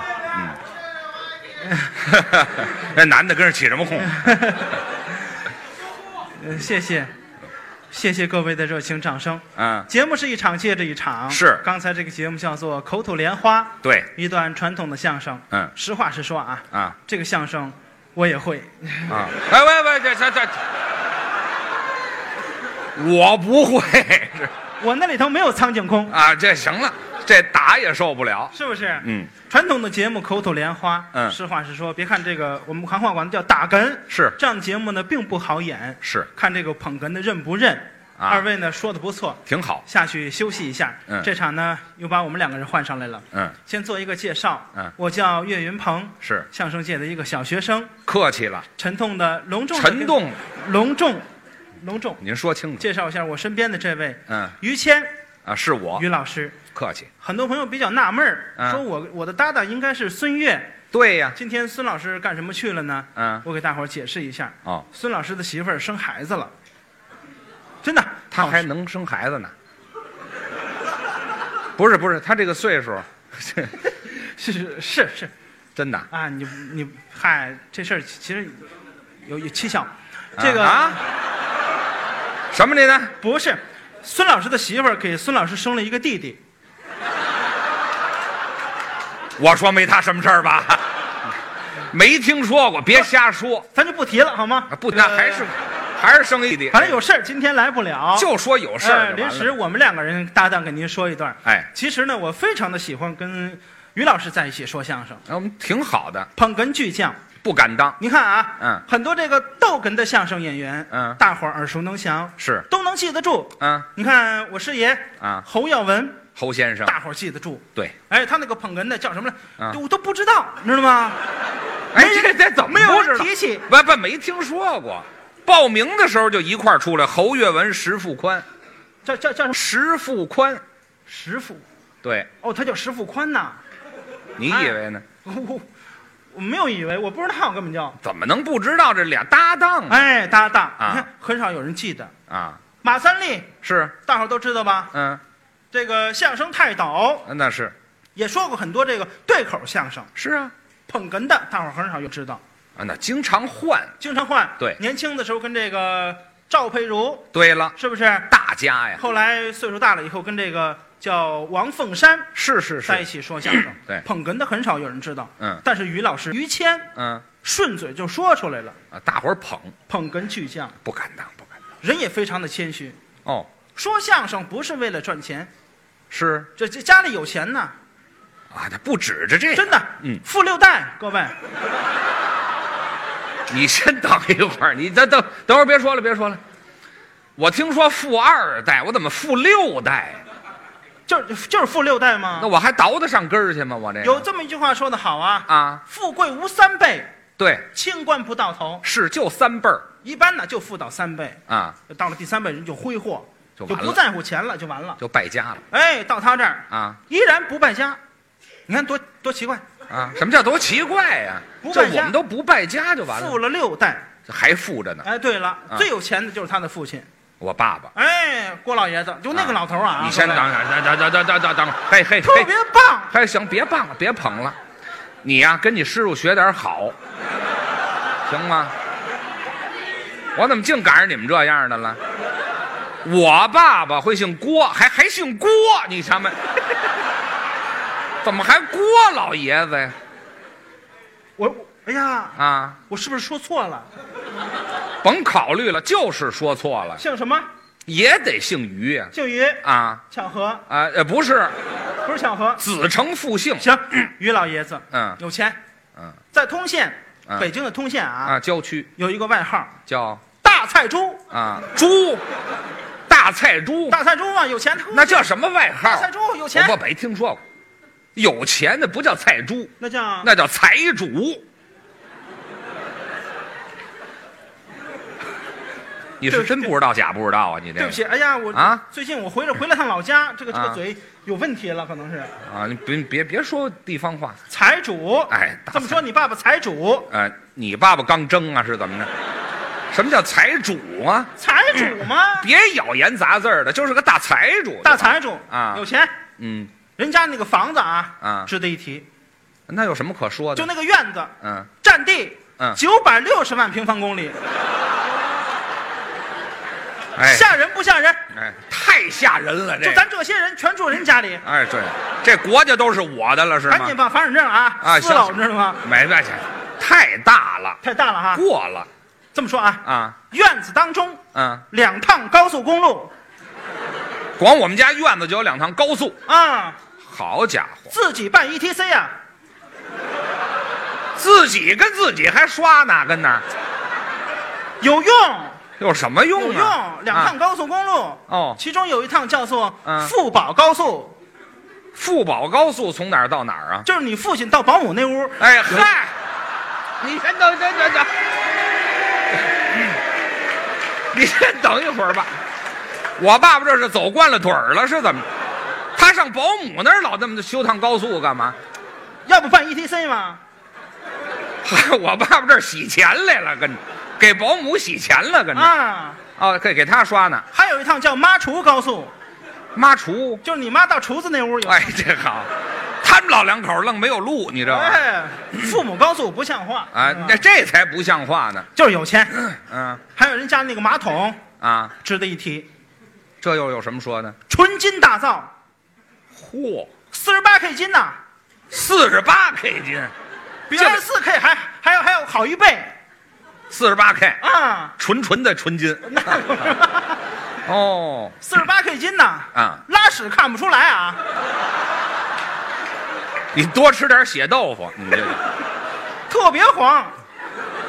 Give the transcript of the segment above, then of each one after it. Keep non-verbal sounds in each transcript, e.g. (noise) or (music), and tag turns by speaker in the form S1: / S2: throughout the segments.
S1: (laughs) 那男的跟着起什么哄？
S2: 呃，谢谢，谢谢各位的热情掌声。
S1: 嗯，
S2: 节目是一场接着一场，
S1: 是
S2: 刚才这个节目叫做《口吐莲花》，
S1: 对，
S2: 一段传统的相声。
S1: 嗯
S2: 实话实说啊，
S1: 啊
S2: 这个相声我也会。
S1: 啊！哎喂喂，这这这，我不会是
S2: 我那里头没有苍井空，
S1: 啊，这行了，这打也受不了。
S2: 是不是？
S1: 嗯，
S2: 传统的节目口吐莲花，
S1: 嗯
S2: 实话实说，别看这个我们行话管它叫打哏，
S1: 是
S2: 这样的节目呢并不好演，
S1: 是，
S2: 看这个捧哏的认不认。
S1: 啊
S2: 二位呢说的不错，
S1: 挺好。
S2: 下去休息一下。
S1: 嗯
S2: 这场呢又把我们两个人换上来了。
S1: 嗯，
S2: 先做一个介绍，
S1: 嗯
S2: 我叫岳云鹏，
S1: 是
S2: 相声界的一个小学生，
S1: 客气了，
S2: 沉痛的隆重地
S1: 沉重了，
S2: 跟隆重隆重
S1: 您说清楚。
S2: 介绍一下我身边的这位
S1: 嗯
S2: 于谦
S1: 啊，是我
S2: 于老师。
S1: 客气。
S2: 很多朋友比较纳闷儿，
S1: 嗯
S2: 说我我的搭档应该是孙越，
S1: 对呀，
S2: 今天孙老师干什么去了呢？
S1: 嗯
S2: 我给大伙儿解释一下，
S1: 哦，
S2: 孙老师的媳妇儿生孩子了，真的，哦
S1: 他还能生孩子呢。不是不是，他这个岁数，
S2: 是是是是
S1: (laughs) 真的
S2: 啊，你你嗨，这事儿其其实有有蹊跷，这个、
S1: 啊，什么这呢？
S2: 不是孙老师的媳妇儿给孙老师生了一个弟弟，
S1: 我说没他什么事儿吧？ (laughs) 没听说过，别瞎说。
S2: 咱就不提了好吗
S1: 啊？不，那
S2: 呃
S1: 还是还是哦呃生意的，
S2: 反正有事儿今天来不了，
S1: 就说有事
S2: 哎
S1: 儿就
S2: 临
S1: 完
S2: 时
S1: 了。
S2: 我们两个人搭档给您说一段。
S1: 哎，
S2: 其实呢，我非常的喜欢跟于老师在一起说相声，
S1: 那我们挺好的，
S2: 捧哏巨匠。
S1: 不敢当。
S2: 你看啊，
S1: 嗯
S2: 很多这个逗哏的相声演员，
S1: 嗯
S2: 大伙儿耳熟能详，
S1: 是
S2: 都能记得住。
S1: 嗯
S2: 你看我师爷
S1: 啊，
S2: 侯耀文，
S1: 侯先生，
S2: 大伙儿记得住。
S1: 对，
S2: 哎，他那个捧哏的叫什么来？
S1: 嗯
S2: 都我都不知道，你知道吗？
S1: 哎，
S2: 没人
S1: 这这怎么
S2: 没有
S1: 不
S2: 人
S1: 知道
S2: 提起。
S1: 不不，没听说过。报名的时候就一块儿出来，侯月文、石富宽，
S2: 叫叫叫什么？
S1: 石富宽，
S2: 石富
S1: 对
S2: 哦，他叫石富宽呐。
S1: 你以为呢？
S2: 我我我没有以为，我不知道，根本就
S1: 怎么能不知道这俩搭档呢
S2: 哎搭档，
S1: 啊
S2: 你看很少有人记得。
S1: 啊？
S2: 马三立，
S1: 是，
S2: 大伙儿都知道吧？
S1: 嗯，
S2: 这个相声泰斗
S1: 那是
S2: 也说过很多这个对口相声，
S1: 是啊，
S2: 捧哏的大伙儿很少有知道，
S1: 啊，那经常换。
S2: 经常换。
S1: 对
S2: 年轻的时候跟这个赵佩茹
S1: 对了，
S2: 是不是？
S1: 大家呀，
S2: 后来岁数大了以后，跟这个叫王凤山
S1: 是是
S2: 在一
S1: 是，
S2: 起说相声。
S1: 对
S2: 捧哏的很少有人知道，
S1: 嗯
S2: 但是于老师于谦
S1: 嗯
S2: 顺嘴就说出来了，
S1: 啊，大伙儿捧，
S2: 捧哏巨匠，
S1: 不敢当，不敢当。
S2: 人也非常的谦虚。
S1: 哦，
S2: 说相声不是为了赚钱，
S1: 是
S2: 这这家里有钱呐，
S1: 啊，他不指着这个，
S2: 真的，
S1: 嗯
S2: 富六代，各位，
S1: 你先等一会儿，你等等等会儿，别说了，别说了。我听说富二代，我怎么富六代？
S2: 就是就是富六代吗
S1: 那？我还倒得上根儿去吗？我这个
S2: 有这么一句话说得好啊，
S1: 啊，
S2: 富贵无三辈，
S1: 对，
S2: 清官不到头。
S1: 是就三辈儿
S2: 一般呢就富到三辈，
S1: 啊，
S2: 到了第三辈人就挥霍，
S1: 就完了
S2: 不在乎钱了，就完了。
S1: 就败家了
S2: 哎，到他这儿
S1: 啊
S2: 依然不败家，你看多多奇怪，
S1: 啊！什么叫多奇怪呀、
S2: 不
S1: 这
S2: 败家
S1: 我们都不败家就完
S2: 富
S1: 了，
S2: 了六代。
S1: 还富着呢。
S2: 哎，对了，
S1: 啊
S2: 最有钱的就是他的父亲，
S1: 我爸爸，
S2: 哎，郭老爷子，就那个老头儿啊，
S1: 你先
S2: 各
S1: 等
S2: 位
S1: 等等等等等等等等，嘿嘿
S2: 特
S1: 嘿，
S2: 别棒。
S1: 嘿，行，别棒了，别捧了，你呀、跟你师傅学点好，行吗？我怎么净赶上你们这样的了？我爸爸会姓郭，还还姓郭，你瞧没？怎么还郭老爷子呀？
S2: 我，我哎呀，
S1: 啊，
S2: 我是不是说错了？
S1: 甭考虑了，就是说错了，
S2: 姓什么？
S1: 也得姓于呀、
S2: 姓于，
S1: 啊。啊
S2: 巧合，
S1: 呃，不是，
S2: 不是巧合。
S1: 子承父姓
S2: 行，于老爷子，
S1: 嗯
S2: 有钱，
S1: 嗯，
S2: 在通县，
S1: 嗯
S2: 北京的通县啊，
S1: 啊，郊区
S2: 有一个外号
S1: 叫
S2: 大菜猪，
S1: 啊猪，大菜猪，
S2: 大菜猪啊，有钱特
S1: 那叫什么外号？
S2: 大菜猪有钱
S1: 我没听说过，有钱的不叫菜猪，
S2: 那叫
S1: 那叫财主。你是真不知道假不知道啊？你这
S2: 对不
S1: 个
S2: 起，哎呀，我
S1: 啊
S2: 最近我回了回了趟老家，这个这个
S1: 啊
S2: 嘴有问题了，可能是
S1: 啊，你别别别说地方话，
S2: 财主，
S1: 哎大
S2: 这么说你爸爸财主，
S1: 呃，你爸爸刚蒸啊，是怎么着？什么叫财主啊？
S2: 财主吗？
S1: 别咬言杂字儿的，就是个大财主。
S2: 大财主
S1: 啊
S2: 有钱，
S1: 嗯
S2: 人家那个房子啊，
S1: 啊
S2: 值得一提，
S1: 那有什么可说
S2: 就
S1: 的？
S2: 那个院子，
S1: 嗯，
S2: 占地
S1: 嗯
S2: 九百六十万平方公里，
S1: 哎
S2: 吓人不吓人？
S1: 哎，太吓人了，
S2: 就
S1: 这个
S2: 咱这些人全住人家里，
S1: 哎对，这国家都是我的了是
S2: 赶
S1: 吗
S2: 紧？办房产证啊！
S1: 啊
S2: 私了，知道吗？
S1: 没关系，太大了，
S2: 太大了哈！
S1: 过了
S2: 这么说啊，
S1: 啊，
S2: 院子当中
S1: 嗯，
S2: 两趟高速公路
S1: 光我们家院子就有两趟高速，
S2: 啊，
S1: 好家伙，
S2: 自己办 ETC 啊，
S1: 自己跟自己还刷哪跟哪儿，
S2: 有用
S1: 有什么用
S2: 有
S1: 啊？
S2: 用！两趟
S1: 啊
S2: 高速公路，
S1: 哦，
S2: 其中有一趟叫做
S1: 嗯
S2: 富宝高速，
S1: 富宝高速从哪儿到哪儿啊？
S2: 就是你父亲到保姆那屋，
S1: 哎嗨，你先等等等等，你先等一会儿吧。我爸爸这是走惯了腿儿了，是怎么？他上保姆那儿老那么修趟高速干嘛？ (laughs)
S2: 要不办 E ETC 吗？
S1: 我爸爸这儿洗钱来了，跟着给保姆洗钱了，跟着啊、
S2: 啊，
S1: 哦，给给他刷呢。
S2: 还有一趟叫妈厨高速，
S1: 妈厨，
S2: 就是你妈到厨子那屋有。
S1: 哎，这好，他们老两口儿愣没有路，你知道吗？
S2: 哎，父母高速不像话
S1: 啊
S2: 是吧，
S1: 那这才不像话呢。 (coughs)
S2: 就是有钱，
S1: 嗯
S2: 还有人家那个马桶，
S1: 啊，
S2: 值得一提，
S1: 这又有什么说的？
S2: 纯金打造，
S1: 嚯！
S2: 四十八 K 金呐，
S1: 四十八 K 金，
S2: 比二十四 K 还还要还要好一倍
S1: 四十八 K，
S2: 啊！ (laughs)
S1: 纯纯的纯金。
S2: 那
S1: 哦，
S2: 四十八 K 金呐，
S1: 啊，
S2: 拉屎看不出来啊，
S1: 你多吃点血豆腐，你这个
S2: 特别黄，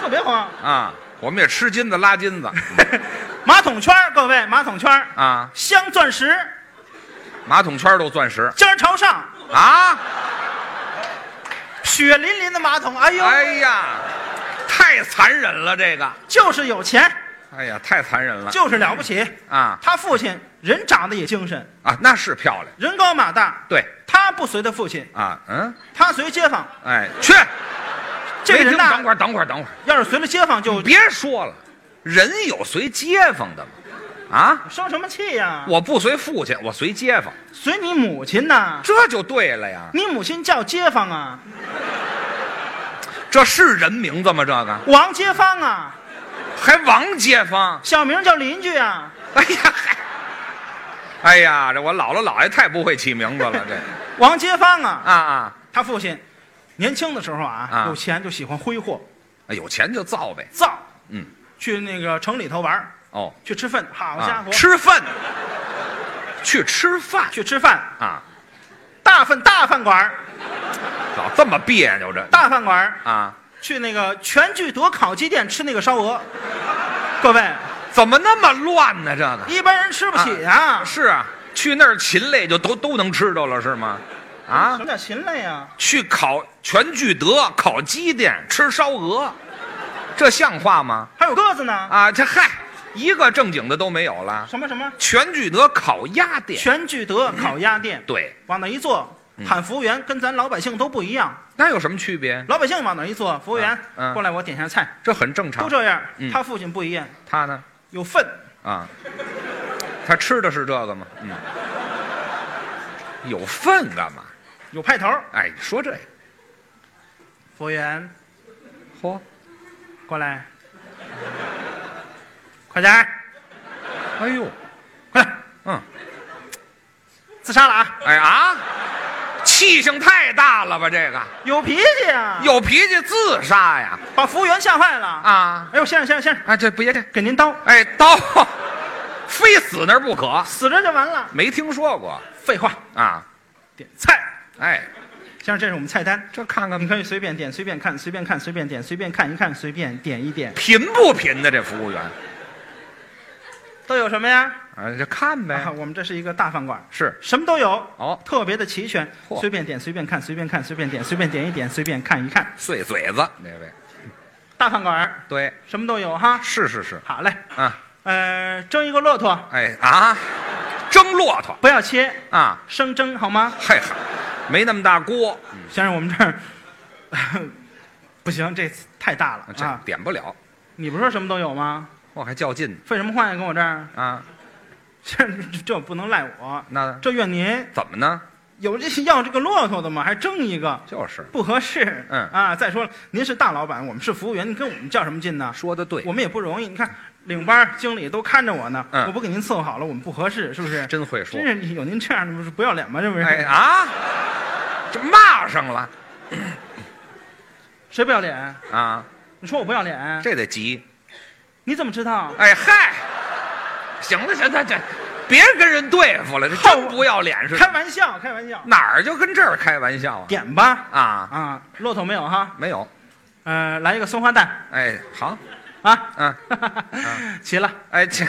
S2: 特别黄。
S1: 啊，我们也吃金子拉金子
S2: (laughs) 马桶圈儿，各位，马桶圈儿
S1: 啊，
S2: 镶钻石，
S1: 马桶圈都钻石
S2: 尖儿朝上，哎
S1: 啊！
S2: 血淋淋的马桶，哎呦，
S1: 哎呀，太残忍了，这个，
S2: 就是有钱，
S1: 哎呀，太残忍了
S2: 就是了不起。
S1: 啊
S2: 他父亲人长得也精神，
S1: 啊，那是漂亮，
S2: 人高马大，
S1: 对
S2: 他不随他父亲，
S1: 啊，嗯，
S2: 他随街坊。
S1: 哎，去，
S2: 这个
S1: 没
S2: 人
S1: 听等
S2: 呐，
S1: 会儿，等会儿，等会儿，
S2: 要是随了街坊就
S1: 别说了，人有随街坊的吗？啊，
S2: 生什么气呀？
S1: 我不随父亲，我随街坊。
S2: 随你母亲呐，
S1: 这就对了呀，
S2: 你母亲叫街坊啊，
S1: 这是人名字吗？这个
S2: 王街坊啊，
S1: 还王街坊？ (laughs)
S2: 小名叫邻居啊，
S1: 哎呀，嗨，哎呀，这我姥姥姥爷太不会起名字了，这
S2: 王街坊啊。
S1: 啊啊，
S2: 他父亲年轻的时候啊，
S1: 啊
S2: 有钱就喜欢挥霍
S1: 哎有钱就造呗。
S2: 造，
S1: 嗯，
S2: 去那个城里头玩儿，
S1: 哦，
S2: 去吃饭，好家
S1: 啊
S2: 伙，，
S1: 吃饭，去吃饭
S2: 去吃饭，
S1: 啊，
S2: 大饭大饭馆儿
S1: 老这么别扭着
S2: 大饭馆儿
S1: 啊？
S2: 去那个全聚德烤鸡店吃那个烧鹅，各位
S1: 怎么那么乱呢？这个
S2: 一般人吃不起啊，
S1: 是啊，去那儿禽类就都都能吃着了是吗？
S2: 什
S1: 啊，
S2: 么叫禽类啊？
S1: 去烤全聚德烤鸡店吃烧鹅，这像话吗？
S2: 还有鸽子呢，
S1: 啊，这嗨，一个正经的都没有了。
S2: 什么什么
S1: 全聚德烤鸭店，
S2: 全聚德烤鸭店，
S1: 对，
S2: 往那一坐。
S1: 嗯
S2: 喊服务员跟咱老百姓都不一样，
S1: 那有什么区别？
S2: 老百姓往那一坐，服务员
S1: 啊嗯
S2: 过来我点下菜，
S1: 这很正
S2: 都
S1: 常。
S2: 这样
S1: 嗯。
S2: 他父亲不一样，
S1: 他呢？
S2: 有份，
S1: 啊，他吃的是这个吗？嗯，有份干嘛？
S2: 有派头。
S1: 哎，你说这个，
S2: 服务员，
S1: 嚯，
S2: 过来， (laughs) 快点儿，
S1: 哎呦，
S2: 快点儿，
S1: 嗯，
S2: 自杀了啊！
S1: 哎啊，气性太大了吧？这个
S2: 有脾气啊！
S1: 有脾气自杀呀！
S2: 把服务员吓坏了啊！
S1: 啊
S2: 哎呦，先生，先生，先生，
S1: 啊，这别这，
S2: 给您刀，
S1: 哎，刀，非死那儿不可，
S2: 死这就完了。
S1: 没听说过
S2: 废话，
S1: 啊。
S2: 点菜，
S1: 哎，
S2: 先生，这是我们菜单，
S1: 这看看
S2: 你可以随便点，随便看，随便看，随便点，随便看一看，随便点一点，
S1: 贫不贫的这服务员
S2: 都有什么呀？
S1: 啊，就看呗。
S2: 啊，我们这是一个大饭馆，
S1: 是
S2: 什么都有。
S1: 哦，
S2: 特别的齐全，
S1: 嚯
S2: 随便点，随便看，随便看，随便点，随便点一点，随便看一看。
S1: 碎嘴子那位，
S2: 大饭馆儿
S1: 对，
S2: 什么都有哈。
S1: 是是是
S2: 好嘞，
S1: 啊，
S2: 呃，蒸一个骆驼，
S1: 哎啊，蒸骆驼
S2: 不要切，
S1: 啊，
S2: 生蒸好吗？
S1: 嘿哈，没那么大锅，
S2: 先生，我们这儿 (laughs) 不行，这太大了
S1: 这
S2: 啊！
S1: 点不了，
S2: 你不是说什么都有吗？
S1: 我还较劲呢
S2: 费什么话呀？跟我这儿， (laughs)
S1: 啊，
S2: 先生，这这不能赖我，
S1: 那
S2: 这怨您。
S1: 怎么呢？
S2: 有这些要这个骆驼的吗？还争一个，
S1: 就是
S2: 不合适。
S1: 嗯
S2: 啊，再说了，您是大老板，我们是服务员，你跟我们较什么劲呢？
S1: 说的对，
S2: 我们也不容易，你看领班、经理都看着我呢，
S1: 嗯
S2: 我不给您伺候好了，我们不合适，是不是？
S1: 真会说
S2: 真。是有您这样的，不是不要脸吗？这不是？
S1: 哎啊，这骂上了
S2: 谁不要脸？
S1: 啊，
S2: 你说我不要脸？
S1: 这得急。
S2: 你怎么知道？
S1: 哎嗨，行了行了，这别跟人对付了，这
S2: 啊
S1: 真不要脸似
S2: 开
S1: 的，
S2: 玩笑，开玩笑，
S1: 哪儿就跟这儿开玩笑啊
S2: 点吧。
S1: 啊，
S2: 啊，骆驼没有哈？
S1: 没有，
S2: 呃，来一个松花蛋
S1: 哎好，
S2: 啊， (laughs)
S1: 嗯、
S2: 齐了。
S1: 哎这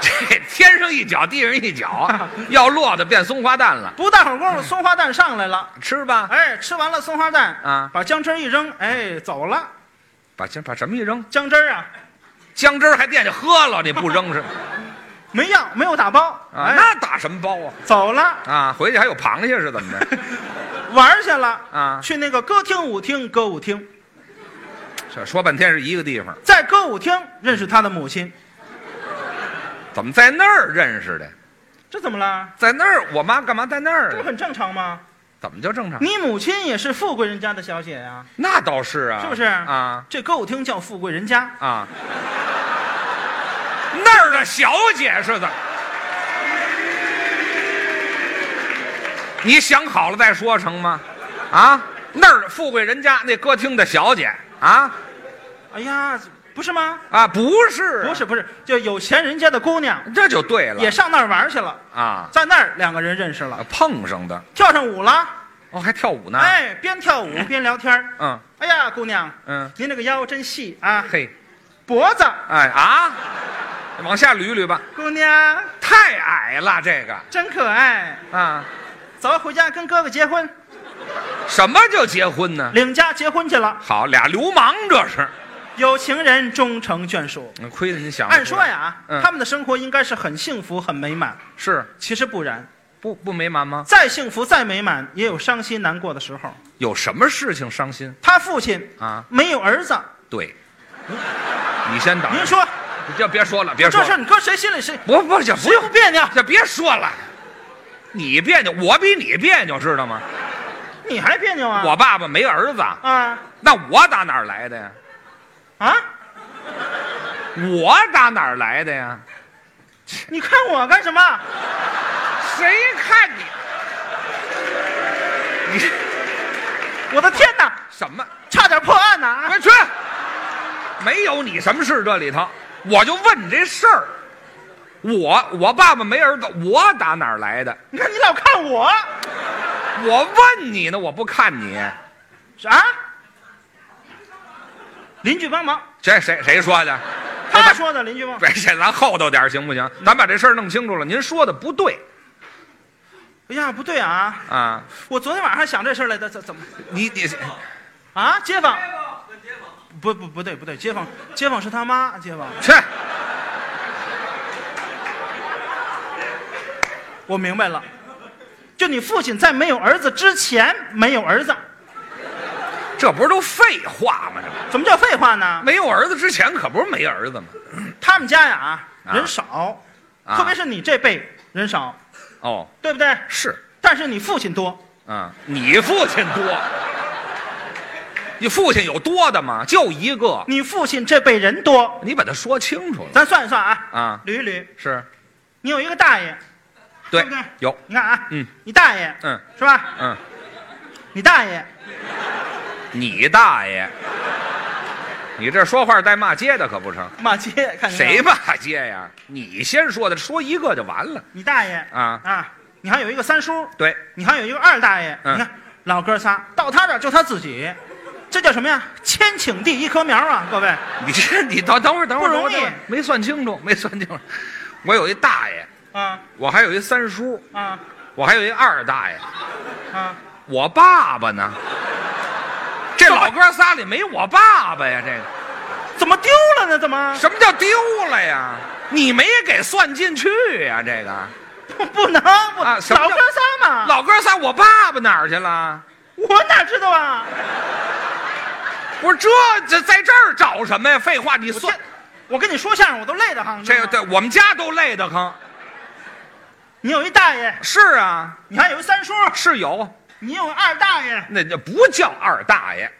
S1: 这天上一脚地上一
S2: (laughs)
S1: 脚，要落的变松花蛋了，
S2: 不大会儿功夫，松花蛋上来了。
S1: 吃吧
S2: 哎，吃完了松花蛋
S1: 啊，
S2: 把姜汁儿一扔，哎，走了。
S1: 把先把什么一扔，
S2: 姜汁儿啊，
S1: 姜汁儿还惦记喝了，你不
S2: (laughs)
S1: 扔是吗？
S2: 没要，没有打包，
S1: 啊，
S2: 哎，
S1: 那打什么包啊？
S2: 走了，
S1: 啊，回去还有螃蟹是怎么着？嗯
S2: (laughs) 玩儿去了。 (laughs)
S1: 啊，
S2: 去那个歌厅、舞厅、歌舞厅，
S1: 这说半天是一个地方，
S2: 在歌舞厅认识他的母亲，
S1: 怎么在那儿认识的？
S2: 这怎么了？
S1: 在那儿，我妈干嘛在那
S2: 这不
S1: 儿？啊
S2: 很正常吗？
S1: 怎么就正常？
S2: 你母亲也是富贵人家的小姐呀、
S1: 那倒是啊，
S2: 是不是
S1: 啊
S2: 这歌舞厅叫富贵人家，
S1: 啊？那儿的小姐是的，你想好了再说成吗？啊，那儿的富贵人家那歌厅的小姐啊
S2: 哎呀，不是吗？
S1: 啊，不是啊
S2: 不，是不是，就有钱人家的姑娘
S1: 这就对了
S2: 也上那儿玩儿去了，
S1: 啊，
S2: 在那儿两个人认识了，
S1: 碰上的
S2: 跳上舞了，
S1: 哦，还跳舞呢，
S2: 哎，边跳
S1: (laughs)
S2: 舞边聊天儿。
S1: 嗯
S2: 哎呀，姑娘，
S1: 嗯，
S2: 您这个腰真细啊，
S1: 嘿，
S2: 脖子，
S1: 哎啊，往下捋捋吧，
S2: 姑娘
S1: 太矮了这个
S2: 真可爱，
S1: 啊。
S2: 走，回家跟哥哥结婚，
S1: 什么叫结婚呢？
S2: 领家结婚去了，
S1: 好，俩流氓这是，
S2: 有情人终成眷属。
S1: 嗯亏得你想不出来。
S2: 按说呀，啊
S1: 嗯
S2: 他们的生活应该是很幸福、很美满，
S1: 是
S2: 其实不然，
S1: 不不美满吗？
S2: 再幸福、再美满，也有伤心难过的时候。
S1: 有什么事情伤心
S2: 他父亲
S1: 啊？
S2: 没有儿子， (laughs)
S1: 对，你先等着
S2: 您，说
S1: 这别说了，别说
S2: 嗯这事儿
S1: 了，
S2: 你搁谁心里谁
S1: 不不这不
S2: 谁不
S1: 用，
S2: 别扭？
S1: 这别说了。你别扭，我比你别扭，知道吗？
S2: 你还别扭啊？
S1: 我爸爸没儿子，
S2: 啊
S1: 那我打哪儿来的呀？
S2: 啊！
S1: 我打哪儿来的呀？
S2: 你看我干什么？
S1: 谁看你？你
S2: 我的天哪，
S1: 什么？
S2: 差点破案呐！啊！
S1: 快去！没有你什么事这里头，我就问这事儿。我我爸爸没儿子，我打哪儿来的？
S2: 你看你老看我
S1: 我问你呢，我不看你。
S2: 啊！邻居帮忙，
S1: 这谁谁说的？哎 (laughs)
S2: 他说嗯的邻居帮忙。
S1: 这这咱厚道点儿行不行？咱把这事儿弄清楚了。您说的不对
S2: 哎呀，不对啊！
S1: 啊！
S2: 我昨天晚上想这事儿来的，怎怎么
S1: 你你
S2: 啊？街坊，不不不对不对，街坊街坊是他妈，街坊。
S1: 去，
S2: 我明白了，就你父亲在没有儿子之前没有儿子，
S1: 这不是都废话吗？这不
S2: 怎么叫废话呢？
S1: 没有儿子之前可不是没儿子吗？
S2: 他们家呀
S1: 啊
S2: 人少，
S1: 啊
S2: 特别是你这辈人少，
S1: 哦，
S2: 对不对？
S1: 是
S2: 但是你父亲多，
S1: 啊，你父亲多，你父亲有多的吗？就一个，
S2: 你父亲这辈人多，
S1: 你把它说清楚了。
S2: 咱算一算啊，
S1: 啊，
S2: 捋一捋，
S1: 是
S2: 你有一个大爷，
S1: 对
S2: 对不对
S1: 有，
S2: 你看啊，
S1: 嗯，
S2: 你大爷，
S1: 嗯
S2: 是吧？
S1: 嗯，
S2: 你大爷，
S1: 你大爷，你这说话带骂街的可不成？
S2: 骂街，看见没
S1: (laughs) 谁？
S2: 有
S1: 骂街呀？你先说的，说一个就完了
S2: 你大爷
S1: 啊！
S2: 啊，你还有一个三叔，
S1: 对，
S2: 你还有一个二大爷，
S1: 嗯
S2: 你看老哥仨，到他这儿就他自己，这叫什么呀？千顷地一棵苗啊，各位，
S1: 你这你等等会儿，等会儿，
S2: 不
S1: 等会
S2: 容
S1: 儿，
S2: 易
S1: 等会儿没算清楚，没算清楚。我有一大爷，
S2: 啊
S1: 我还有一三叔，
S2: 啊
S1: 我还有一二大爷，
S2: 啊！
S1: 我爸爸呢？这老哥仨里没我爸爸呀！这个
S2: 怎么丢了呢？怎么 (laughs)
S1: 什么叫丢了呀？你没给算进去呀、这个。
S2: 不不能？我
S1: 啊
S2: 老哥
S1: 什么叫
S2: 仨嘛，
S1: 老哥仨，我爸爸哪儿去了？
S2: 我哪知道啊？
S1: 不是这这在这儿找什么呀？废话，你
S2: 我
S1: 算
S2: 这我跟你说相声，我都累得慌。
S1: 这
S2: 你知道
S1: 对
S2: 吗
S1: 我们家都累得慌。
S2: 你有一大爷，
S1: 是啊，
S2: 你还有一三叔，
S1: 是有，
S2: 你有二大爷，
S1: 那就不叫二大爷，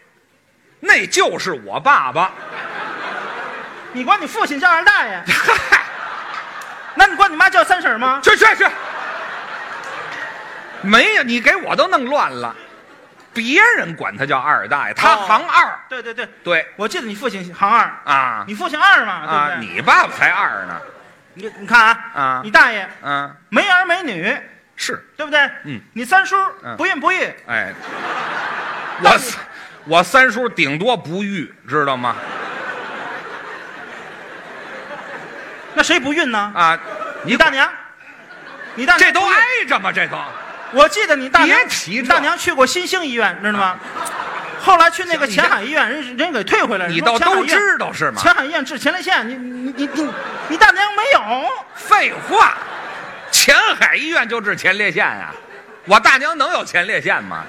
S1: 那就是我爸爸。 (laughs)
S2: 你管你父亲叫二大 (laughs) 爷，
S1: 嗨，
S2: 那你管你妈叫三婶吗？
S1: 去去去，没有，你给我都弄乱了。别人管他叫二大爷，他
S2: 哦
S1: 行二，
S2: 对对对，
S1: 对
S2: 我记得你父亲行二，
S1: 啊
S2: 你父亲二嘛，对
S1: 啊，
S2: 不对？
S1: 你爸爸才二呢，
S2: 你你看啊，
S1: 啊
S2: 你大爷
S1: 嗯、
S2: 没儿没女，
S1: 是，
S2: 对不对？
S1: 嗯，
S2: 你三叔
S1: 嗯
S2: 不孕不育，
S1: 哎，我三我三叔顶多不育，知道吗？
S2: 那谁不孕呢？
S1: 啊，
S2: 你
S1: 你
S2: 大娘，你大娘
S1: 这都
S2: 不孕
S1: 挨着吗？这都
S2: 我记得你大娘，
S1: 别提这
S2: 你大娘去过新兴医院，知道吗？后来去那个前海医院，人人给退回来了。
S1: 你倒
S2: 说前海
S1: 都
S2: 医院
S1: 知道是吗？
S2: 前海医院治前列腺，你你你你你大娘没有？
S1: 废话，前海医院就治前列腺呀、我大娘能有前列腺吗？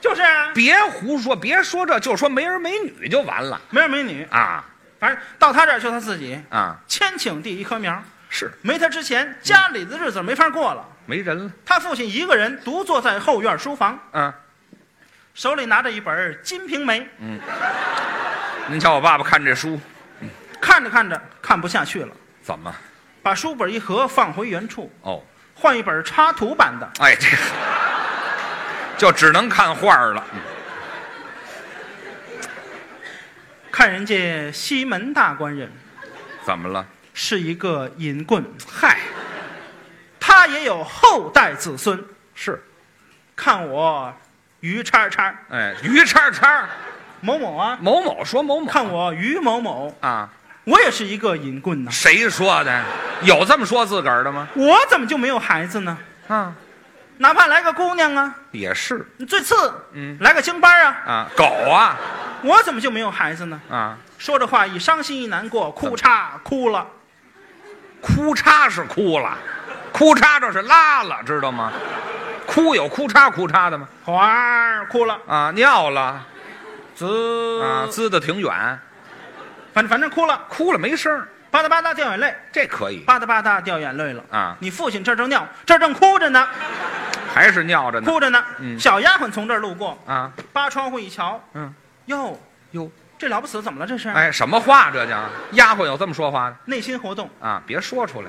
S2: 就是啊
S1: 别胡说，别说这，就说没儿没女就完了
S2: 没儿没女，
S1: 啊
S2: 反正到他这儿就他自己。
S1: 啊！
S2: 千顷地一棵苗，
S1: 是
S2: 没他之前家里的日子没法过了。
S1: 没人了，
S2: 他父亲一个人独坐在后院书房，
S1: 嗯、啊，
S2: 手里拿着一本《金瓶梅》，
S1: 您瞧我爸爸看这书
S2: 看着看着看不下去了，
S1: 怎么？
S2: 把书本一合放回原处，
S1: 哦，
S2: 换一本插图版的。
S1: 哎，这个就只能看画儿了。嗯
S2: 看人家西门大官人
S1: 怎么了？
S2: 是一个淫棍，
S1: 嗨，
S2: 他也有后代子孙。
S1: 是
S2: 看我于叉叉
S1: 哎，于叉叉
S2: 某某啊，
S1: 某某说某某
S2: 看我于某某，
S1: 啊，
S2: 我也是一个淫棍呐、
S1: 谁说的？有这么说自个儿的吗？
S2: 我怎么就没有孩子呢？
S1: 啊，
S2: 哪怕来个姑娘啊，
S1: 也是
S2: 你最次，
S1: 嗯
S2: 来个京班啊，
S1: 啊，狗啊
S2: 我怎么就没有孩子呢？
S1: 啊，
S2: 说着话一伤心一难过，哭嚓哭了。
S1: 哭叉是哭了，哭叉这是拉了，知道吗？哭有哭叉哭叉的吗？
S2: 花儿哭了，
S1: 啊，尿了
S2: 滋
S1: 啊，滋的挺远，
S2: 反正反正哭了，
S1: 哭了没声儿，
S2: 吧嗒吧嗒掉眼泪，
S1: 这可以
S2: 吧嗒吧嗒掉眼泪了。
S1: 啊，
S2: 你父亲这儿正尿，这儿正哭着呢，
S1: 还是尿着呢
S2: 哭着呢。
S1: 嗯
S2: 小丫鬟从这儿路过，
S1: 啊，
S2: 扒窗户一瞧，
S1: 嗯
S2: 哟，
S1: 哟，
S2: 这了不死，怎么了？这是？
S1: 哎，什么话这叫？丫鬟有这么说话的
S2: 内心活动，
S1: 啊？别说出来，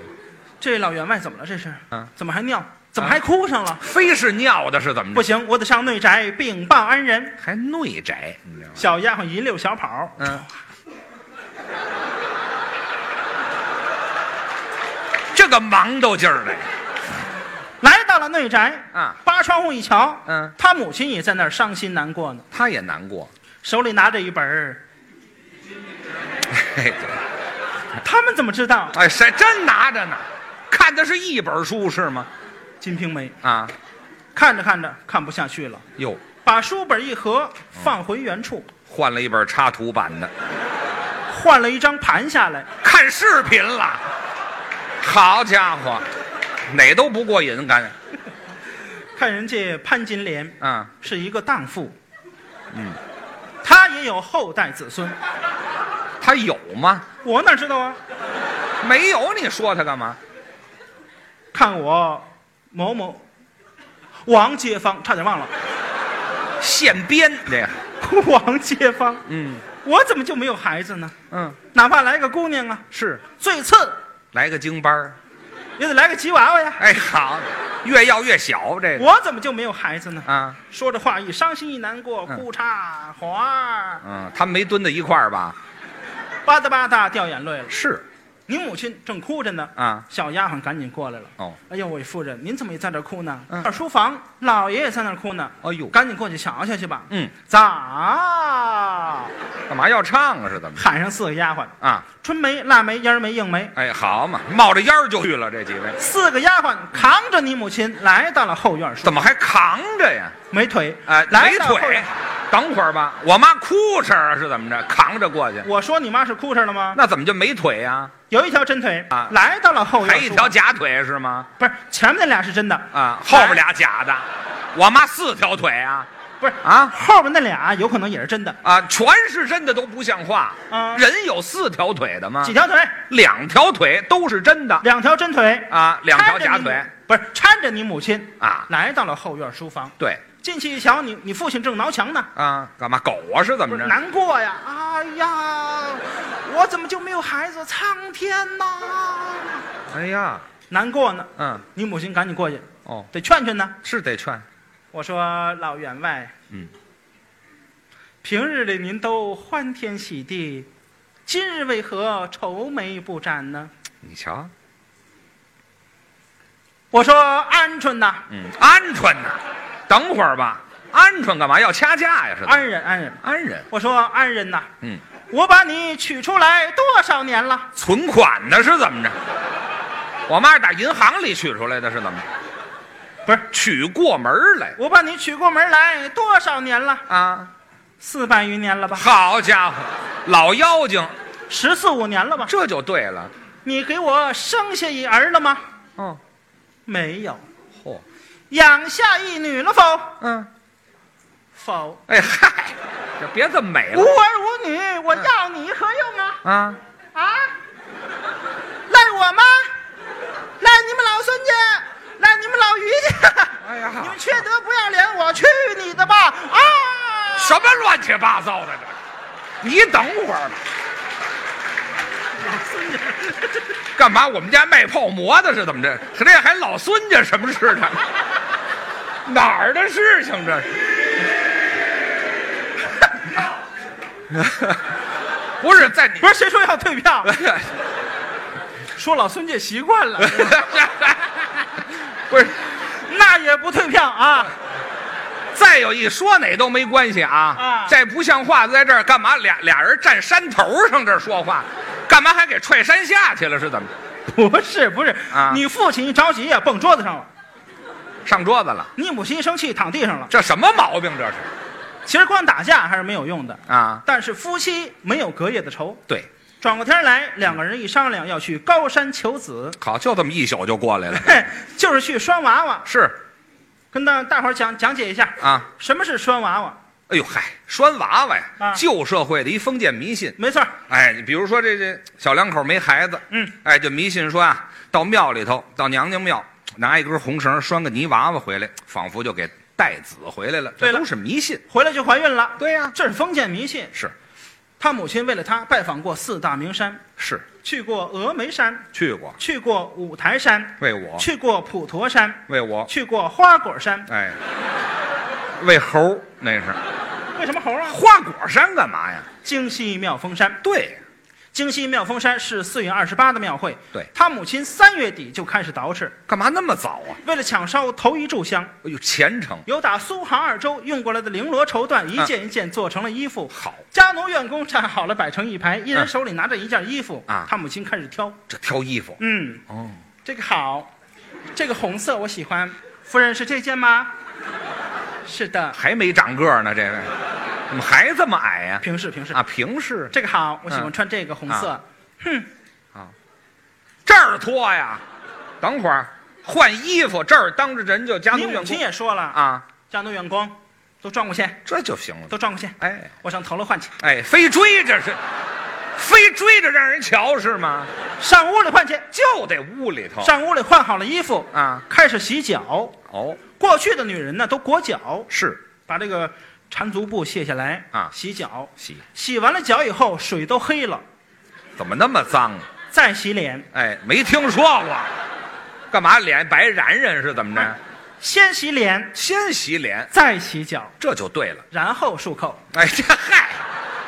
S2: 这老员外怎么了？这是？
S1: 嗯
S2: 怎么还尿？怎么还哭上了？
S1: 非是尿的是怎么
S2: 不
S1: 着？
S2: 行，我得上内宅禀报安人。
S1: 还内宅，你知道吗？
S2: 小丫鬟一溜小跑，
S1: 嗯，这个忙叨劲儿的
S2: 来到了内宅，
S1: 啊，
S2: 扒窗户一瞧，
S1: 嗯，
S2: 他母亲也在那儿伤心难过呢，
S1: 他也难过。 (laughs)
S2: 手里拿着一本儿。
S1: 哎，
S2: 他们怎么知道《
S1: 哎，谁真拿着呢？看的是一本书是吗？
S2: 金瓶梅》？
S1: 啊，
S2: 看着看着看不下去了，
S1: 哟，
S2: 把书本一合，放回原处，
S1: 换了一本插图版的，
S2: 换了一张盘下来，
S1: 看视频了。好家伙，哪都不过瘾，感觉
S2: 看人家潘金莲
S1: 啊，
S2: 是一个荡妇，嗯，她也有后代子孙，
S1: 他有吗？
S2: 我哪知道啊？
S1: 没有，你说他干嘛？
S2: 看我某某王街坊，差点忘了 (laughs)
S1: 现编这个，
S2: 王街坊，
S1: 嗯
S2: 我怎么就没有孩子呢？
S1: 嗯，
S2: 哪怕来个姑娘啊，
S1: 是
S2: 最次
S1: 来个京班儿。
S2: 也得来个吉娃娃呀，
S1: 哎，好，越要越小这个
S2: 我怎么就没有孩子呢？
S1: 啊，
S2: 说着话一伤心一难过，
S1: 嗯
S2: 哭嚓花儿
S1: 嗯，他们没蹲在一块儿吧？
S2: 吧嗒吧嗒掉眼泪了。
S1: 是
S2: 你母亲正哭着呢，
S1: 啊，
S2: 小丫鬟赶紧过来了。
S1: 哦，
S2: 哎呦喂，夫人，您怎么也在这儿哭呢？
S1: 嗯
S2: 二书房老爷也在那儿哭呢，
S1: 哎呦，
S2: 赶紧过去瞧瞧去吧。
S1: 嗯，
S2: 咋？
S1: 干嘛要唱啊？是怎么着
S2: 喊上四个丫鬟，
S1: 啊？
S2: 春梅、腊梅、烟梅、硬梅，
S1: 哎，好嘛，冒着烟儿就去了，这几位
S2: 四个丫鬟扛着你母亲来到了后院说
S1: 怎么还扛着呀？
S2: 没腿，
S1: 啊，
S2: 哎来
S1: 没
S2: 到后
S1: 腿
S2: 院。，
S1: 等会儿吧，我妈哭哧儿是怎么着？扛着过去，
S2: 我说你妈是哭声了吗？
S1: 那怎么就没腿呀、
S2: 有一条真腿
S1: 啊
S2: 来到了后院
S1: 还
S2: 书
S1: 一条假腿是吗？
S2: 不是前面那俩是真的，
S1: 啊，后边俩假的，我妈四条腿啊
S2: 不是
S1: 啊
S2: 后边那俩有可能也是真的。
S1: 啊，全是真的都不像话。
S2: 啊
S1: 人有四条腿的吗
S2: 几？条腿？
S1: 两条腿都是真的
S2: 两条真腿，
S1: 啊，两条假腿
S2: 搀着不是搀着你母亲
S1: 啊
S2: 来到了后院书房，
S1: 对
S2: 进去一瞧，你你父亲正挠墙呢，
S1: 啊，干嘛狗啊？是怎
S2: 不
S1: 么
S2: 是
S1: 着？
S2: 难过呀，哎呀，我怎么就没有孩子？苍天呐，
S1: 哎呀，
S2: 难过呢。
S1: 嗯，
S2: 你母亲赶紧过去，
S1: 哦，
S2: 得劝劝呢。
S1: 是得劝，
S2: 我说老员外，
S1: 嗯，
S2: 平日里您都欢天喜地，今日为何愁眉不展呢？
S1: 你瞧，
S2: 我说鹌鹑呐，
S1: 嗯，鹌鹑呐，等会儿吧，鹌鹑干嘛要掐架呀？是的，
S2: 安人安人。
S1: 安人，
S2: 我说安人呐，
S1: 嗯，
S2: 我把你取出来多少年了？
S1: 存款呢是怎么着？我妈是打银行里取出来的，是怎么着？
S2: 不是，
S1: 取过门儿来
S2: 我把你取过门来多少年了？
S1: 啊！
S2: 四百余年了吧？
S1: 好家伙，老妖精，
S2: 十四五年了吧？
S1: 这就对了。
S2: 你给我生下一儿了吗？
S1: 嗯，
S2: 没有。
S1: 嚯、
S2: 养下一女了否？
S1: 嗯，
S2: 否。
S1: 哎嗨，这别这么美
S2: 无
S1: 了
S2: 儿无女，我要你何用啊？
S1: 啊！
S2: 啊？赖我吗？赖你们老孙家，赖你们老于家。
S1: 哎呀
S2: 你们缺德不要脸，我去你的吧！啊！
S1: 什么乱七八糟的这？你等会儿吧。干嘛？我们家卖泡馍的是怎么着？这还老孙家什么事呢？哪儿的事情这是？ (laughs) 不是在你 (laughs)
S2: 不是谁说要退票？说老孙家习惯了，
S1: 不是，
S2: 那也不退票啊！
S1: 再有一说哪都没关系啊
S2: 啊！
S1: 这不像话，在这儿干嘛俩？俩人站山头上这儿说话，干嘛还给踹山下去了？是怎么？
S2: (laughs) 不是不是
S1: 啊
S2: 你父亲一着急呀，蹦桌子上了；
S1: 上桌子了？
S2: 你母亲一生气躺地上了。
S1: 这什么毛病？这是
S2: 其实光打架还是没有用的，
S1: 啊？
S2: 但是夫妻没有隔夜的仇。
S1: 对，
S2: 转过天来，两个人一商量要去高山求子， (laughs)
S1: 好，就这么一宿就过来了。
S2: 嘿，就是去拴娃娃。
S1: 是
S2: 跟大大伙儿讲讲解一下，
S1: 啊，
S2: 什么是拴娃娃？
S1: 哎呦嗨，拴娃娃呀，
S2: 啊
S1: 旧社会的一封建迷信。
S2: 没错儿，
S1: 哎，你比如说这这小两口没孩子，
S2: 嗯，
S1: 哎，就迷信说啊，到庙里头，到娘娘庙拿一根红绳拴个泥娃娃回来，仿佛就给带子回来了。
S2: 对
S1: 这
S2: 了
S1: 都是迷信。
S2: 回来就怀孕了。
S1: 对呀、
S2: 这是封建迷信。
S1: 是
S2: 他母亲为了他拜访过四大名山，
S1: 是
S2: 去过峨眉山，
S1: 去过，
S2: 去过五台山，
S1: 为我
S2: 去过普陀山，
S1: 为我，
S2: 去过花果山。
S1: 哎，为猴儿那是
S2: 为什么猴啊？
S1: 花果山干嘛呀？
S2: 京西妙峰山，
S1: 对，
S2: 京西妙峰山是四月二十八的庙会。
S1: 对
S2: 他母亲三月底就开始捯饬，
S1: 干嘛那么早啊？
S2: 为了抢烧头一炷香，
S1: 哎呦，虔诚
S2: 有打苏杭二州用过来的绫罗绸
S1: 啊
S2: 缎，一件一件做成了衣服。
S1: 好，
S2: 家奴院工站好了，摆成一排，一人手里拿着一件衣服。
S1: 啊
S2: 他母亲开始挑，
S1: 这挑衣服
S2: 嗯，
S1: 哦，
S2: 这个好，这个红色我喜欢。夫人是这件吗？是的，
S1: 还没长个儿呢，这位怎么还这么矮呀、
S2: 平视平视。
S1: 啊，平视
S2: 这个好，我喜欢
S1: 嗯
S2: 穿这个红色。
S1: 这儿脱呀，等会儿换衣服，这儿当着人就家
S2: 你
S1: 奴
S2: 母
S1: 员
S2: 亲
S1: 工
S2: 也说了，
S1: 啊，
S2: 家奴员工都转过去，
S1: 这就行了。
S2: 都转过去，
S1: 哎
S2: 我上头楼换去，
S1: 哎，非追着是，非追着让人瞧是吗？
S2: 上屋里换去。
S1: 就得屋里头
S2: 上屋里换好了衣服，
S1: 啊，
S2: 开始洗脚。
S1: 哦，
S2: 过去的女人呢，都裹脚，
S1: 是
S2: 把这个缠足布卸下来
S1: 啊
S2: 洗脚。
S1: 洗，
S2: 洗完了脚以后，水都黑了，
S1: 怎么那么脏啊？
S2: 再洗脸，
S1: 哎，没听说过，干嘛脸白染染是怎么
S2: 哎
S1: 着？
S2: 先洗脸，
S1: 先洗脸，
S2: 再洗脚，
S1: 这就对了。
S2: 然后漱口。
S1: 哎，这嗨，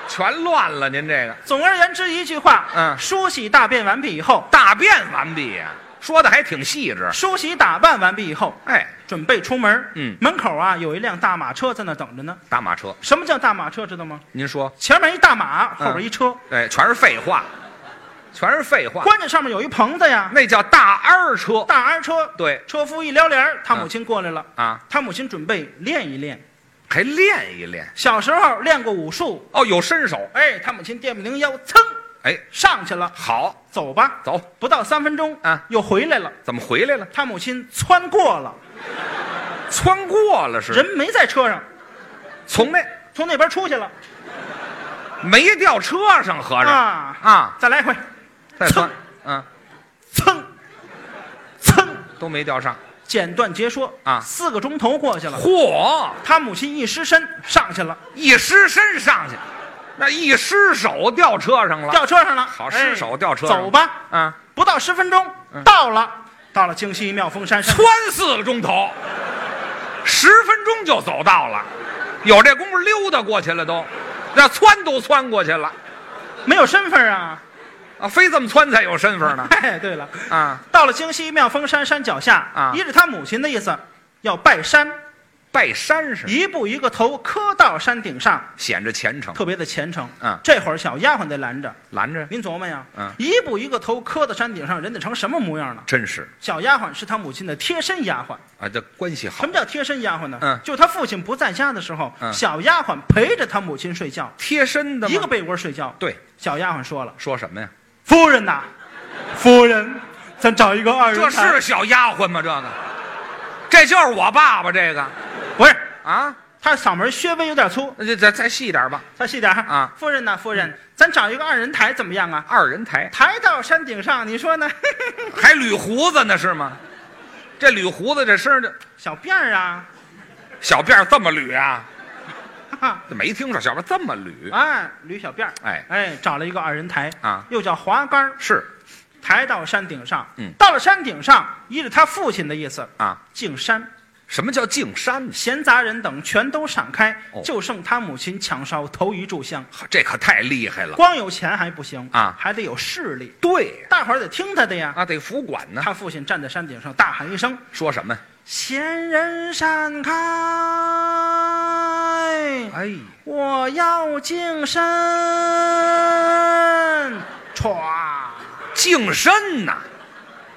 S1: 全乱了！您这个
S2: 总而言之，一句话，
S1: 嗯
S2: 梳洗大便完毕以后，
S1: 大便完毕呀、说的还挺细致。
S2: 梳洗打扮完毕以后，
S1: 哎，
S2: 准备出门。
S1: 嗯
S2: 门口啊有一辆大马车在那等着呢。
S1: 大马车，
S2: 什么叫大马车？知道吗？
S1: 您说，
S2: 前面一大马，后边一车，
S1: 哎，全是废话，全是废话。
S2: 关键上面有一棚子呀。
S1: 那叫大二车，
S2: 大二车，
S1: 对
S2: 车夫一撩帘儿他母亲过来了。
S1: 啊，
S2: 他母亲准备练一练，
S1: 还练一练。
S2: 小时候练过武术。
S1: 哦，有身手，
S2: 哎，他母亲电不灵腰，噌
S1: 哎，
S2: 上去了，
S1: 好，
S2: 走吧。
S1: 走，
S2: 不到三分钟
S1: 啊，
S2: 又回来了。
S1: 怎么回来了？
S2: 他母亲窜过了，
S1: 穿过了是？
S2: 人没在车上，
S1: 从那
S2: 从那边出去了
S1: 没掉车上，合着
S2: 啊！
S1: 啊，
S2: 再来一回，
S1: 再穿，嗯，
S2: 噌，噌，
S1: 都没掉上。
S2: 简短截说
S1: 啊
S2: 四个钟头过去了，
S1: 嚯，
S2: 他母亲一失身上去了，
S1: 一失身上去，那一失手掉车上了。
S2: 掉车上了，
S1: 好
S2: 哎
S1: 失手掉车上
S2: 走吧，
S1: 啊，
S2: 不到十分钟到了，嗯到了京西妙峰山上，
S1: 窜四个钟头，十分钟就走到了，有这功夫溜达过去了都，那窜都窜过去了
S2: 没有身份啊。
S1: 啊，非这么窜才有身份呢
S2: (laughs) 哎，对了，
S1: 啊！
S2: 到了京西妙峰山山脚下
S1: 啊
S2: 依着他母亲的意思，要拜山，
S1: 拜山上
S2: 一步一个头磕到山顶上，
S1: 显着虔诚，
S2: 特别的虔诚。
S1: 嗯
S2: 这会儿小丫鬟得拦着，
S1: 拦着
S2: 您琢磨呀，
S1: 嗯
S2: 一步一个头磕到山顶上，人得成什么模样了？
S1: 真是
S2: 小丫鬟是他母亲的贴身丫鬟。
S1: 啊，这关系好
S2: 什么，叫贴身丫鬟呢？
S1: 嗯
S2: 就他父亲不在家的时候，
S1: 嗯
S2: 小丫鬟陪着他母亲睡觉，
S1: 贴身的吗
S2: 一个被窝睡觉。
S1: 对，
S2: 小丫鬟说了
S1: 说什么呀？：“
S2: 夫人呐，夫人，咱找一个二人
S1: 这
S2: 台。
S1: 是小丫鬟吗？这个，这就是我爸爸这个
S2: 不是？
S1: 啊，
S2: 他嗓门稍微有点粗，
S1: 那就再再细点吧，
S2: 他细点儿
S1: 啊。
S2: 夫人呐，夫人，咱找一个二人台怎么样啊？
S1: 二人台
S2: 抬到山顶上，你说呢？ (laughs)
S1: 还捋胡子呢是吗？这捋胡子这声儿这
S2: 小辫儿啊， (laughs)
S1: 小辫儿这么捋啊？
S2: 哈哈
S1: 没听说小辫儿这么捋，
S2: 哎，捋小辫儿。
S1: 哎
S2: 哎，找了一个二人台
S1: 啊，
S2: 又叫滑竿儿，
S1: 是
S2: 抬到山顶上。
S1: 嗯
S2: 到了山顶上，依着他父亲的意思，
S1: 啊。
S2: 进山。
S1: 什么叫敬山呢？
S2: 闲杂人等全都闪开，
S1: 哦
S2: 就剩他母亲抢烧头一炷香。
S1: 呵这可太厉害了。
S2: 光有钱还不行
S1: 啊
S2: 还得有势力，
S1: 对
S2: 大伙儿得听他的呀。
S1: 啊，得服管呢。
S2: 他父亲站在山顶上大喊一声
S1: 说什么？：“
S2: 闲人闪开，
S1: 哎，
S2: 我要净身！”歘，
S1: 敬身呐，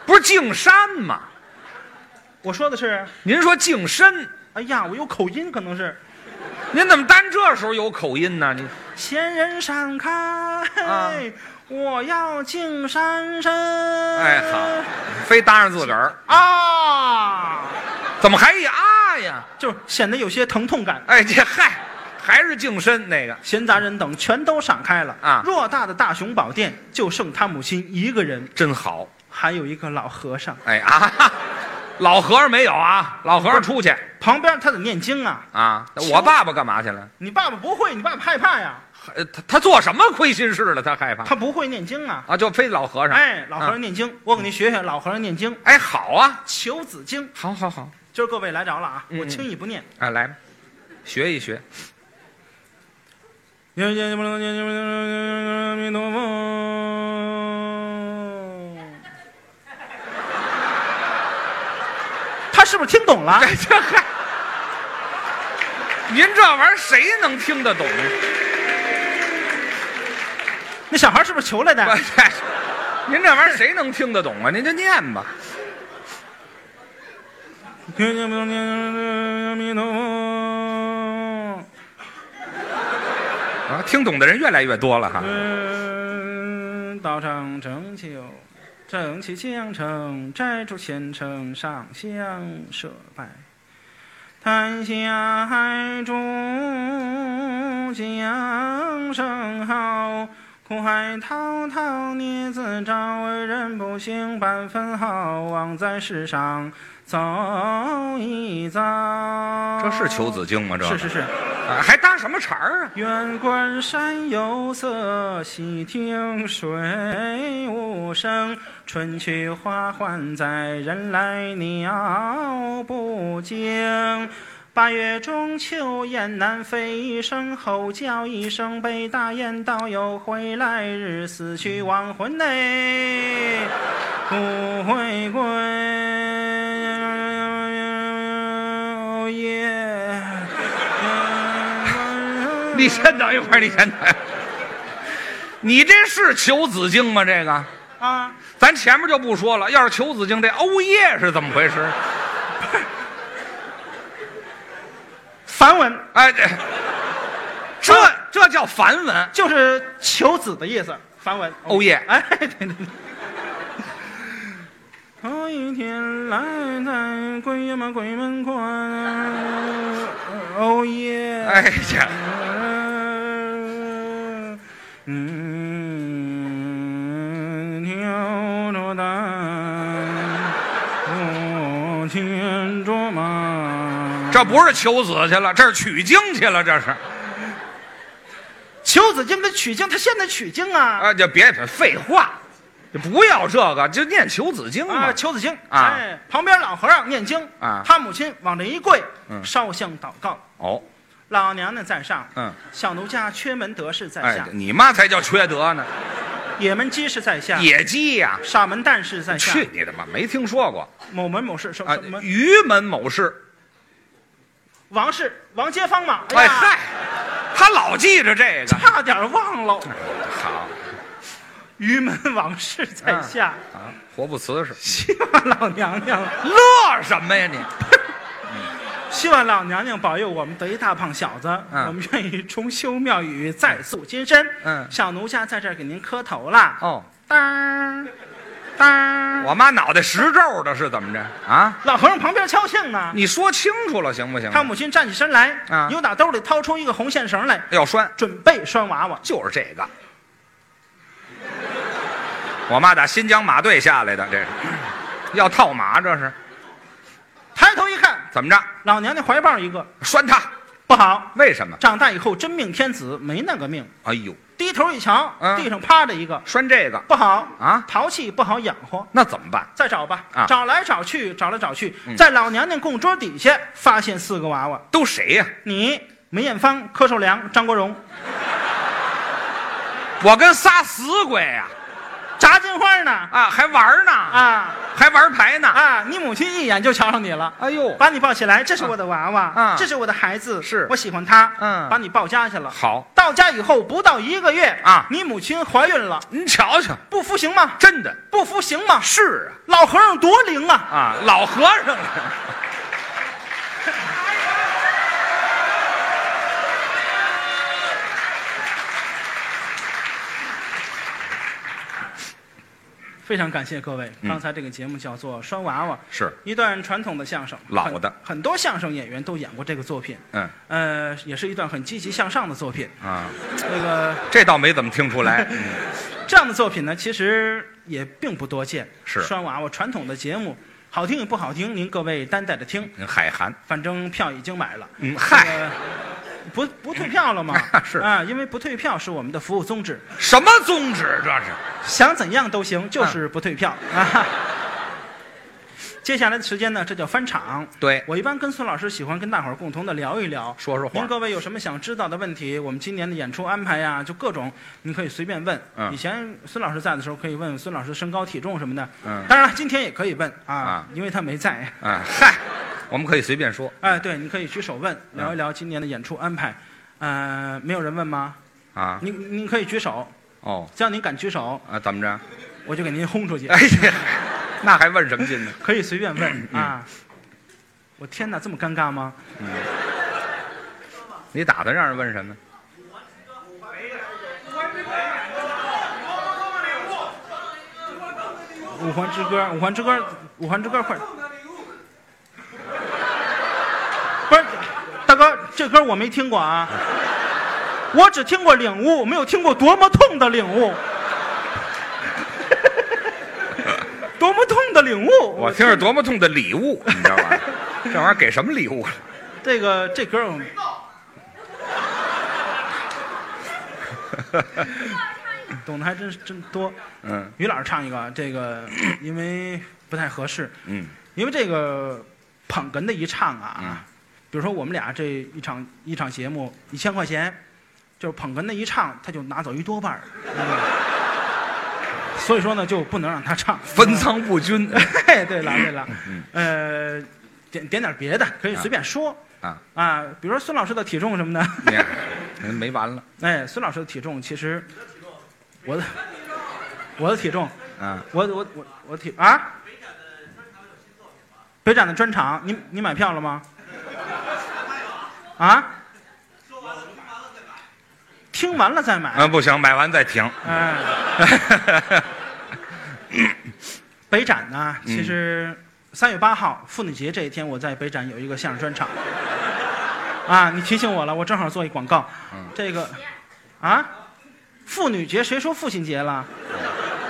S1: 不是敬山吗？
S2: 我说的是，
S1: 您说敬身，
S2: 哎呀，我有口音，可能是
S1: 您怎么单这时候有口音呢？你
S2: 闲人闪开，
S1: 啊
S2: 我要净山身。
S1: 哎好，非搭上自个儿，
S2: 啊，
S1: 怎么还一啊呀？
S2: 就是显得有些疼痛感。
S1: 哎，这嗨，还是净身那个
S2: 闲杂人等全都闪开了
S1: 啊
S2: 偌大的大雄宝殿就剩他母亲一个人，
S1: 真好。
S2: 还有一个老和尚。
S1: 哎啊，哈老和尚没有啊？老和尚出去
S2: 旁边他得念经啊，
S1: 啊？那我爸爸干嘛去了？
S2: 你爸爸不会，你爸爸害怕呀，
S1: 呃他他做什么亏心事了？他害怕
S2: 他不会念经啊。
S1: 啊？就非老和尚？
S2: 哎，老和尚念经，我给您学学老和尚念经《
S1: 哎，好啊，
S2: 求子经》。
S1: 好好好，
S2: 今儿各位来着了啊，
S1: 嗯
S2: 我轻易
S1: (laughs)
S2: 不念。
S1: 啊，来吧，学一学。
S2: 念念不能念念不能念念不能阿弥陀佛。他是不是听懂
S1: (laughs)
S2: 了？
S1: 哎， (laughs) 这嗨，您这玩意儿谁能听得懂？
S2: 那小孩是不是求
S1: (laughs)
S2: 来的
S1: 我？这，啊您这玩意儿谁能听得懂啊？您就念吧。
S2: 听见没有？阿弥陀佛。
S1: 啊，听懂的人越来越多了哈。
S2: 嗯，道场成就，整齐相承，摘除前程，上香舍拜，檀香海中响声好，苦海滔滔孽自招，为人不行半分好，枉在世上走一遭。
S1: 这是《求子经》吗？这
S2: 是是是。
S1: 啊还搭什么茬儿啊？
S2: 远观山有色，细听水无声。春去花还在，人来鸟不惊。八月中秋雁南飞，一声吼叫一声悲。大雁道有回来日，死去亡魂内不回归。哦耶！
S1: 你先等一会儿，你先等一会儿。 (laughs) 你这是《求子经》吗？这个，
S2: 啊，
S1: 咱前面就不说了。要是《求子经》这欧耶是怎么回事？
S2: 梵文
S1: 哎，这这
S2: 啊
S1: 这叫梵文。
S2: 就是求子的意思，梵文。
S1: 欧耶
S2: 哎，对对对。头一天来在鬼门鬼门关，哦耶！
S1: 哎呀，
S2: 嗯，跳着蛋，我跳
S1: 这不是求子去了，这是取经去了，这是。
S2: 求子经跟取经，他现在取经啊
S1: 啊，就别别废话，就不要这个，就念求子经嘛。
S2: 啊，求子经
S1: 啊
S2: 哎，旁边老和尚念经
S1: 啊
S2: 他母亲往这一跪，
S1: 嗯
S2: 烧香祷告，
S1: 哦，
S2: 老娘娘在上，
S1: 嗯，
S2: 小奴家缺门得势在
S1: 哎
S2: 下，，
S1: 你妈才叫缺德呢，
S2: 也门鸡是在下，
S1: 野鸡呀、
S2: 傻门旦是在下，
S1: 去你的吧，没听说过
S2: 某门某氏什
S1: 啊
S2: 什么？，
S1: 于门某氏。
S2: 王氏王街坊嘛，
S1: 哎
S2: 呀，
S1: 嗨，他老记着这个。
S2: 差点忘了，
S1: 嗯好
S2: 于门王氏在下，
S1: 啊，活不辞是。
S2: 希望老娘娘，
S1: 乐什么呀你？
S2: 希望老娘娘保佑我们得一大胖小子，
S1: 嗯
S2: 我们愿意重修庙宇，再塑金身。
S1: 嗯
S2: 小奴家在这儿给您磕头啦，
S1: 哦，
S2: 当当，
S1: 我妈脑袋实皱的是怎么着啊？
S2: 老和尚旁边敲磬呢，
S1: 你说清楚了行不啊行？
S2: 他母亲站起身来，
S1: 啊
S2: 又打兜里掏出一个红线绳来，
S1: 要拴
S2: 准备拴娃娃。
S1: 就是这个。我妈打新疆马队下来的，这是要套马，这是
S2: 抬头一看，
S1: 怎么着？
S2: 老娘娘怀抱一个，
S1: 拴它？
S2: 不好，
S1: 为什么？
S2: 长大以后真命天子没那个命。
S1: 哎呦，
S2: 低头一瞧，
S1: 嗯
S2: 地上趴着一个，
S1: 拴这个
S2: 不好，
S1: 啊？
S2: 淘气不好养活，
S1: 那怎么办？
S2: 再找吧。
S1: 啊
S2: 找来找去，找来找去，
S1: 嗯
S2: 在老娘娘供桌底下发现四个娃娃，
S1: 都谁呀、
S2: 你、梅艳芳、柯受良、张国荣，
S1: 我跟仨死鬼呀、
S2: 炸金花呢？
S1: 啊！还玩呢，
S2: 啊
S1: 还玩牌呢。
S2: 啊！你母亲一眼就瞧上你了。
S1: 哎呦，
S2: 把你抱起来，这是我的娃娃，
S1: 啊
S2: 这是我的孩子，
S1: 是
S2: 我喜欢他，
S1: 嗯
S2: 把你抱家去了。
S1: 好，
S2: 到家以后不到一个月
S1: 啊
S2: 你母亲怀孕了，
S1: 您瞧瞧，
S2: 不服行吗？
S1: 真的
S2: 不服行吗？
S1: 是
S2: 老和尚多灵啊！
S1: 啊啊，老和尚了。 (laughs)
S2: 非常感谢各位，
S1: 嗯
S2: 刚才这个节目叫做《拴娃娃》，
S1: 是，
S2: 一段传统的相声，
S1: 老的
S2: 很很多相声演员都演过这个作品，
S1: 嗯
S2: 呃，也是一段很积极向上的作品。
S1: 啊，
S2: 那个
S1: 这倒没怎么听出来。嗯
S2: 这样的作品呢，其实也并不多见。
S1: 是
S2: 拴娃娃传统的节目，好听与不好听，您各位担待着听。
S1: 您嗯海涵，
S2: 反正票已经买了，
S1: 嗯，
S2: 这
S1: 嗨，？
S2: 个不不退票了吗
S1: (laughs) 是
S2: 啊，因为不退票是我们的服务宗旨，
S1: 什么宗旨这是？
S2: 想怎样都行，就是不退票 (laughs) 啊。接下来的时间呢，这叫翻场。
S1: 对，
S2: 我一般跟孙老师喜欢跟大伙儿共同的聊一聊，
S1: 说说话
S2: 您。各位有什么想知道的问题？我们今年的演出安排呀，就各种，您可以随便问。
S1: 嗯
S2: 以前孙老师在的时候，可以问孙老师身高体重什么的。
S1: 嗯
S2: 当然了，今天也可以问啊，
S1: 啊
S2: 因为他没在。
S1: 嗯，嗨，我们可以随便说
S2: 哎，对，你可以举手问，
S1: 嗯
S2: 聊一聊今年的演出安排。呃，没有人问吗？
S1: 啊。
S2: 您您可以举手，
S1: 哦，
S2: 只要您敢举手，
S1: 啊，怎么着？ (laughs)
S2: 我就给您轰出去。
S1: 哎呀，那还问什么劲呢？
S2: 可以随便问
S1: 嗯
S2: 啊。我天哪，这么尴尬吗？
S1: 你打算让人问什么？
S2: 五环之歌，五环之歌，五环之歌，快点！不是，大哥，这歌我没听过啊，我只听过领悟，没有听过多么痛的
S1: (laughs)
S2: 领悟，多么痛的领悟！
S1: 我听着多么痛的礼物，你知道吧？ (laughs) 这玩意儿给什么礼物了？
S2: 这个这歌
S1: (laughs)
S2: 我懂得还真是真多。
S1: 嗯
S2: 于老师唱一个，啊这个因为不太合适，
S1: 嗯，
S2: 因为这个捧哏的一唱啊，
S1: 嗯
S2: 比如说我们俩这一场一场节目一千块钱，就是捧哏的一唱，他就拿走一多半儿、 (laughs) 嗯所以说呢，就不能让他唱。
S1: 分嗯仓不均。
S2: (laughs) 嘿，对了对了，呃，点点点别的，可以随便说
S1: 啊
S2: 啊，比如说孙老师的体重什么的。
S1: 你看您没完了
S2: 哎，孙老师的体重其实，我的我的体重，
S1: 啊！
S2: 我我我我体啊，北展的专场，你你买票了吗？啊？听完了再买。
S1: 嗯，不行，买完再停。 (laughs)
S2: 哎，北展呢，其实三月八号妇女节这一天，我在北展有一个相声专场。啊，你提醒我了，我正好做一广告。这个，啊，妇女节谁说父亲节了？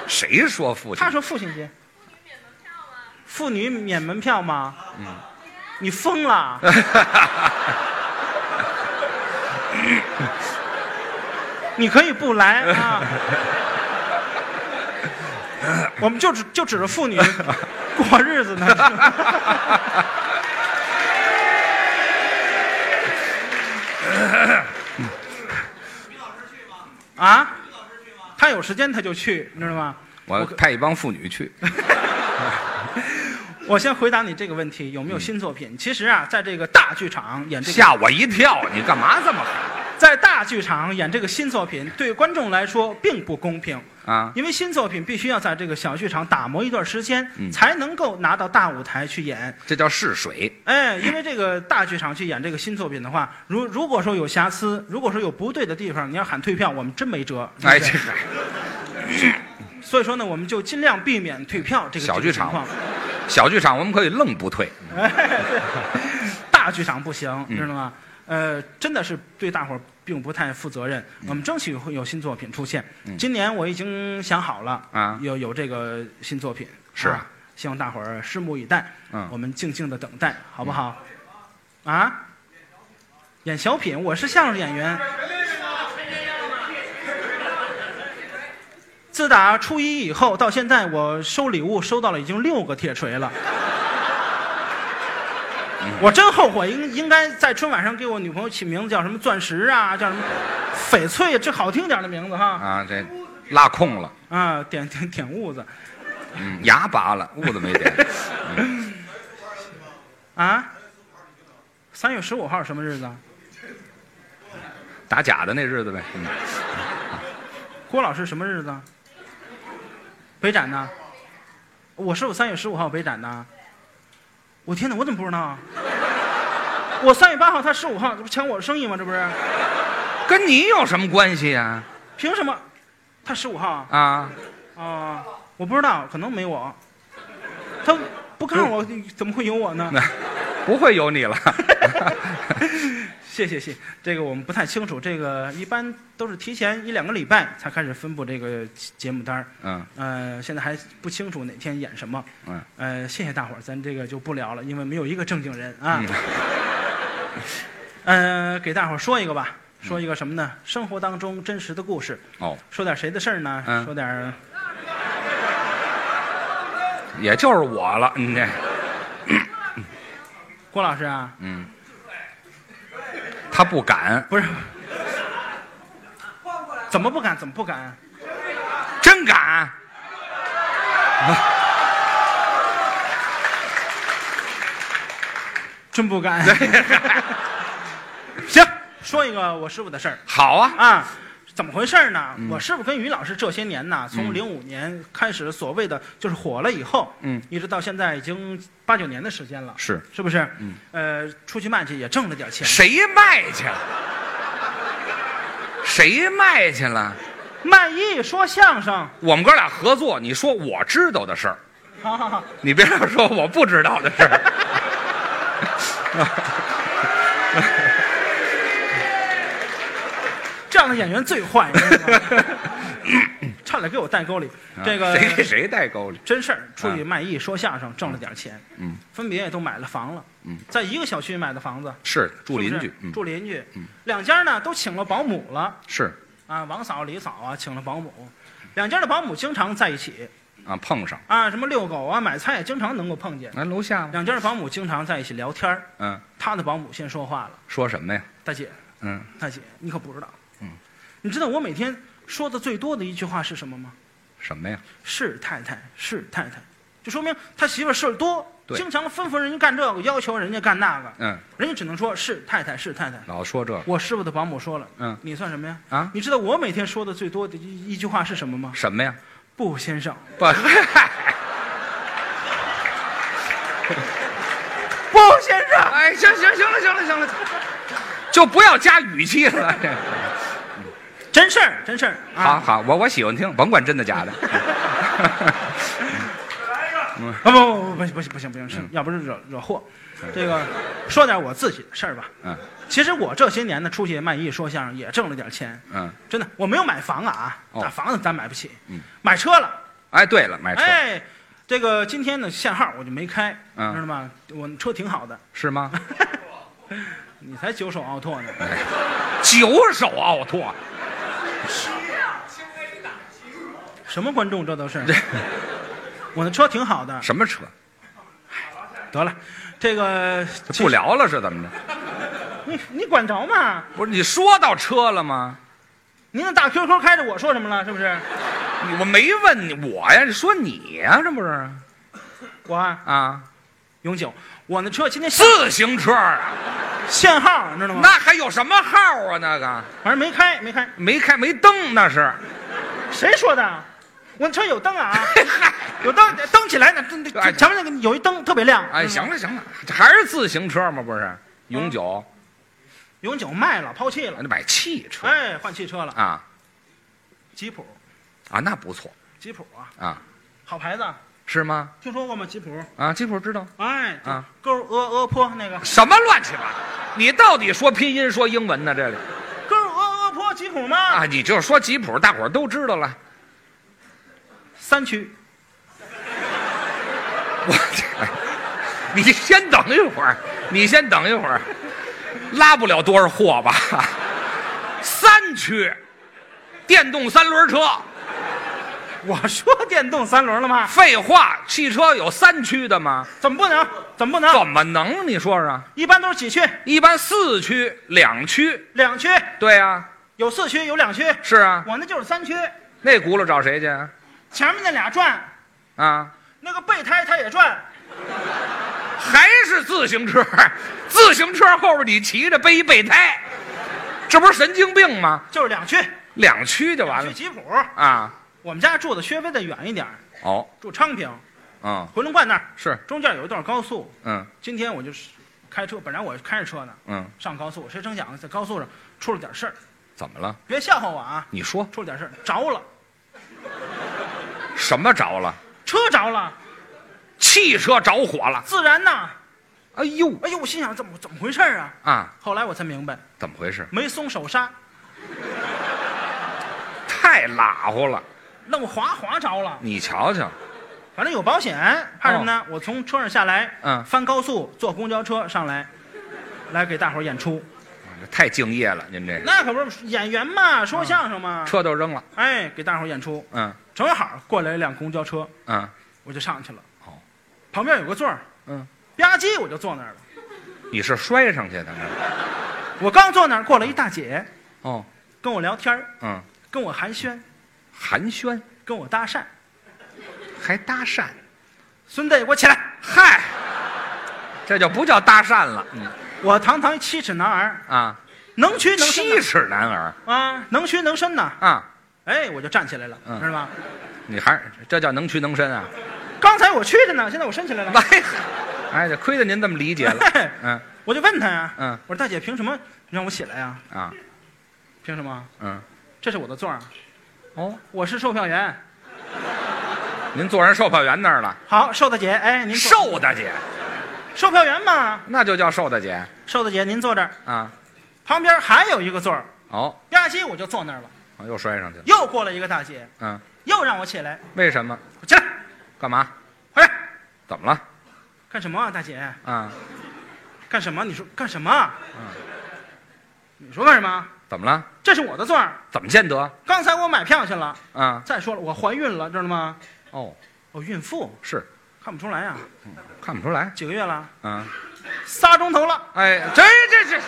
S1: 谁说父亲
S2: 他？说父亲节。妇女免门票吗？嗯。你疯
S1: (laughs)
S2: 了？你可以不来
S1: (laughs)
S2: 啊！我们就指就指着
S1: (laughs)
S2: 妇女过日子呢。啊？他有时间他就去，你知道吗？
S1: 我派一帮妇女去。
S2: (laughs) 我先回答你这个问题，有没有新作
S1: 嗯
S2: 品？其实啊，在这个大剧场演这个，
S1: 吓我一跳！你干嘛这么狠
S2: 在大剧场演这个新作品，对观众来说并不公平，
S1: 啊？
S2: 因为新作品必须要在这个小剧场打磨一段时间，
S1: 嗯
S2: 才能够拿到大舞台去演。
S1: 这叫试水。
S2: 哎，因为这个大剧场去演这个新作品的话，如如果说有瑕疵，如果说有不对的地方，你要喊退票，我们真没辙。对不
S1: 哎，
S2: 对
S1: 这个
S2: 所以说呢，我们就尽量避免退票这个
S1: 小
S2: 这个
S1: 剧
S2: 情
S1: 场
S2: 况。
S1: 小剧场我们可以愣不退。
S2: (laughs) 大剧场不行，
S1: 嗯
S2: 知道吗？呃，真的是对大伙儿并不太负责任。我们争取会有新作品出现。
S1: 嗯
S2: 今年我已经想好了
S1: 啊
S2: 有有这个新作品
S1: 是
S2: 啊希望大伙儿拭目以待。
S1: 嗯
S2: 我们静静的等待，好不好？啊，演小品，我是相声演员。自打初一以后到现在，我收礼物收到了已经六个铁锤了。我真后悔，应应该在春晚上给我女朋友起名字叫什么钻石啊，叫什么翡翠，这好听点的名字哈。
S1: 啊，这拉空了，
S2: 啊，点点点痦子
S1: 嗯，牙拔了，痦子没点。
S2: (laughs) 啊。三月十五号什么日子啊？
S1: 打假的那日子呗。嗯
S2: 郭老师什么日子啊？北展呢？我是不是三月十五号北展呢？我天哪，我怎么不知道啊？我三月八号，他十五号，这不抢我的生意吗？这不是？
S1: 跟你有什么关系呀、
S2: 凭什么？他十五号啊？
S1: 啊？啊，
S2: 啊，我不知道，可能没我。啊他不看我，怎么会有我呢？
S1: 那不会有你了。 (laughs)
S2: 谢谢谢，这个我们不太清楚，这个一般都是提前一两个礼拜才开始分布这个节目单儿，
S1: 嗯，
S2: 呃，现在还不清楚哪天演什么。
S1: 嗯，
S2: 呃，谢谢大伙儿，咱这个就不聊了，因为没有一个正经人啊。
S1: 嗯
S2: (laughs) 呃，给大伙儿说一个吧，说一个什么呢？生活当中真实的故事，
S1: 哦，
S2: 说点谁的事儿呢？
S1: 嗯
S2: 说点儿
S1: 也就是我了。你这，
S2: 郭老师啊，
S1: 嗯，他不敢，
S2: 不是，怎么不敢？怎么不敢？
S1: 真敢。
S2: 真不敢。行， (laughs) 说一个我师傅的事儿
S1: 好啊，
S2: 啊，怎么回事儿呢？
S1: 嗯
S2: 我师傅跟于老师这些年呢，从零五年开始，所谓的就是火了以后，
S1: 嗯，
S2: 一直到现在已经八九年的时间了，
S1: 是
S2: 是不是？
S1: 嗯，
S2: 呃，出去卖去也挣了点钱，
S1: 谁卖去了？谁卖去了？
S2: 卖艺说相声， (laughs)
S1: 我们哥俩合作，你说我知道的事儿，
S2: 好好好，
S1: 你别让说我不知道的事儿。
S2: 这样的演员最坏，你知道吗 (coughs) 差点给我带沟里。这个
S1: 啊 (laughs) 谁给谁带沟里？
S2: 真事儿，出去卖艺说相声挣了点钱，
S1: 啊嗯，
S2: 分别也都买了房了，
S1: 嗯，
S2: 在一个小区买的房子，
S1: 是住
S2: 是
S1: 邻
S2: 不是
S1: 居，嗯，
S2: 住邻居，两家呢都请了保姆了
S1: 是
S2: 啊，王嫂、李嫂啊，请了保姆，两家的保姆经常在一起
S1: 啊，碰上。
S2: 啊，什么遛狗啊、买菜经常能够碰见，
S1: 来楼下吧。
S2: 两家的保姆经常在一起聊天儿
S1: 嗯，
S2: 他的保姆先说话了，
S1: 说什么呀？
S2: 大姐，
S1: 嗯，
S2: 大姐，你可不知道，
S1: 嗯，
S2: 你知道我每天说的最多的一句话是什么吗？
S1: 什么呀？
S2: 是太太，是太太，就说明他媳妇儿事儿多，
S1: 对
S2: 经常吩咐人家干这个，要求人家干那个，
S1: 嗯，
S2: 人家只能说是太太，是太太。
S1: 老说这个
S2: 我师傅的保姆说了，
S1: 嗯，
S2: 你算什么呀？
S1: 啊，
S2: 你知道我每天说的最多的一一句话是什么吗？
S1: 什么呀？
S2: 不，先生，
S1: (laughs) 不，
S2: 不，先生，
S1: 哎，行行行了，行了，行了，就不要加语气了。 (laughs)
S2: 真事儿，真事儿
S1: 好
S2: 啊！
S1: 好，我我喜欢听，甭管真的假的。
S2: (laughs)
S1: (laughs)
S2: 啊，不不不不不行不行不行，是
S1: 嗯
S2: 要不是惹惹祸。这个说点我自己的事儿吧。
S1: 嗯
S2: 其实我这些年呢，出去卖艺说相声也挣了点钱，
S1: 嗯，
S2: 真的，我没有买房啊，
S1: 哦
S2: 那房子咱买不起
S1: 嗯，
S2: 买车了。
S1: 哎，对了，买车，
S2: 哎，这个今天呢限号我就没开，
S1: 嗯
S2: 知道吗？我车挺好的， (laughs)
S1: 是吗？
S2: 你才九手奥拓呢，
S1: 九手奥拓，
S2: 什么观众这都是？ (laughs) 我的车挺好的，
S1: 什么车？
S2: 得了，这个
S1: 不，聊了是怎么着？
S2: 你你管着吗？
S1: 不是你说到车了吗？
S2: 您那大 QQ 开着我说什么了？是不是？
S1: 你我没问你我呀，你说你呀，这不是
S2: 我啊
S1: 啊？
S2: 永久，我那车今天限
S1: 自行车啊，
S2: 限号，你知道吗？
S1: 那还有什么号啊？那个
S2: 反正没开没开，
S1: 没开没灯那是。
S2: 谁说的？我那车有灯啊，
S1: 嗨，
S2: (laughs) 有灯灯起来呢，这
S1: (laughs) 哎
S2: 这前面那个有一灯特别亮。
S1: 哎，
S2: 知
S1: 行
S2: 道吗，
S1: 了行了，还是自行车吗？不是，永久，
S2: 永久卖了，抛弃了，
S1: 你买汽车
S2: 哎，换汽车了，
S1: 啊
S2: 吉普，
S1: 啊，那不错
S2: 吉普啊，
S1: 啊，
S2: 好牌子，
S1: 是吗？
S2: 听说过吗？吉普，
S1: 啊，吉普知道
S2: 哎，
S1: 啊，
S2: 勾鹅鹅坡那个
S1: 什么乱七八糟？你到底说拼音说英文呢？这里
S2: 勾鹅鹅坡吉普吗？
S1: 啊，你就说吉普，大伙儿都知道了。
S2: 三驱，
S1: 我这， (laughs) 你先等一会儿，你先等一会儿，拉不了多少货吧？三驱，电动三轮车。
S2: 我说电动三轮了吗？
S1: 废话，汽车有三驱的吗？
S2: 怎么不能？怎么不能？
S1: 怎么能？你说说，
S2: 一般都是几驱？
S1: 一般四驱、两驱，
S2: 两驱，
S1: 对啊，
S2: 有四驱，有两驱，
S1: 是啊，
S2: 我那就是三驱，
S1: 那轱辘找谁去啊？
S2: 前面那俩转，
S1: 啊，
S2: 那个备胎它也转，
S1: 还是自行车，自行车后边你骑着背一备胎，这不是神经病吗？
S2: 就是两驱。
S1: 两驱就完
S2: 去
S1: 了
S2: 吉普，
S1: 啊！我
S2: 我们家住的稍微再远一点儿，
S1: 哦，
S2: 住昌平
S1: 嗯，
S2: 回龙观那儿，
S1: 是，
S2: 中间有一段高速。
S1: 嗯
S2: 今天我就是开车，本来我开着车呢，
S1: 嗯，
S2: 上高速，谁成想在高速上出了点事儿，
S1: 怎么了？
S2: 别笑话我啊，
S1: 你说
S2: 出了点事儿，着了，
S1: 什么着了？
S2: 车着了，
S1: 汽车着火了！
S2: 自燃呐！
S1: 哎呦
S2: 哎呦，我心想怎么怎么回事儿啊？
S1: 啊，
S2: 后来我才明白，
S1: 怎么回事？
S2: 没松手刹，
S1: 太拉乎了！
S2: 那我滑滑着了。
S1: 你瞧瞧，
S2: 反正有保险，怕什么
S1: 哦
S2: 呢？我从车上下来，
S1: 嗯
S2: 翻高速坐公交车上来，来给大伙儿演出。
S1: 这太敬业了，您这个
S2: 那可不是演员嘛，说相声嘛，
S1: 车都扔了。
S2: 哎，给大伙儿演出。
S1: 嗯
S2: 正好过来一辆公交车，
S1: 嗯，
S2: 我就上去了。
S1: 哦，
S2: 旁边有个座儿，
S1: 嗯，
S2: 吧唧我就坐那儿了。
S1: 你是摔上去的那是？
S2: 我刚坐那儿，过来一大姐
S1: 哦，
S2: 跟我聊天儿，
S1: 嗯，
S2: 跟我寒暄，
S1: 寒暄
S2: 跟我搭讪。
S1: 还搭讪，
S2: 孙子，给我起来！
S1: 嗨，这就不叫搭讪了。嗯
S2: 我堂堂一七尺男儿，
S1: 啊，
S2: 能屈能伸
S1: 七
S2: 呐
S1: 尺男儿
S2: 啊，能屈能伸呐。
S1: 啊，
S2: 哎，我就站起来了，
S1: 嗯
S2: 知道吗？
S1: 你还这叫能屈能伸啊？
S2: 刚才我去着呢，现在我伸起来了。
S1: (laughs) 哎，哎，这亏得您这么理解了。嗯
S2: (laughs) 我就问他呀，
S1: 嗯
S2: 我说大姐，凭什么让我起来呀？
S1: 啊
S2: 凭什么？
S1: 嗯，
S2: 这是我的座儿，啊
S1: 哦，
S2: 我是售票员。
S1: 您坐人售票员那儿了。
S2: 好，瘦大姐，哎，您坐
S1: 瘦大姐，
S2: 售票员嘛，
S1: 那就叫瘦大姐
S2: 瘦大姐您坐这儿，
S1: 啊。
S2: 旁边还有一个座儿，
S1: 哦，
S2: 吧唧我就坐那儿了。
S1: 啊又摔上去了。
S2: 又过来一个大姐，
S1: 嗯，
S2: 又让我起来，
S1: 为什么？
S2: 我起来，
S1: 干嘛？
S2: 回来，
S1: 怎么了？
S2: 干什么啊，大姐？
S1: 啊，
S2: 干什么？你说干什么啊？你说干什么？
S1: 怎么了？
S2: 这是我的座儿，
S1: 怎么见得？
S2: 刚才我买票去了。
S1: 啊，
S2: 再说了，我怀孕了，知道吗？
S1: 哦，
S2: 哦，孕妇
S1: 是
S2: 看不出来呀、
S1: 看不出来。
S2: 几个月了，
S1: 啊，
S2: 仨钟头了，
S1: 哎，这这这，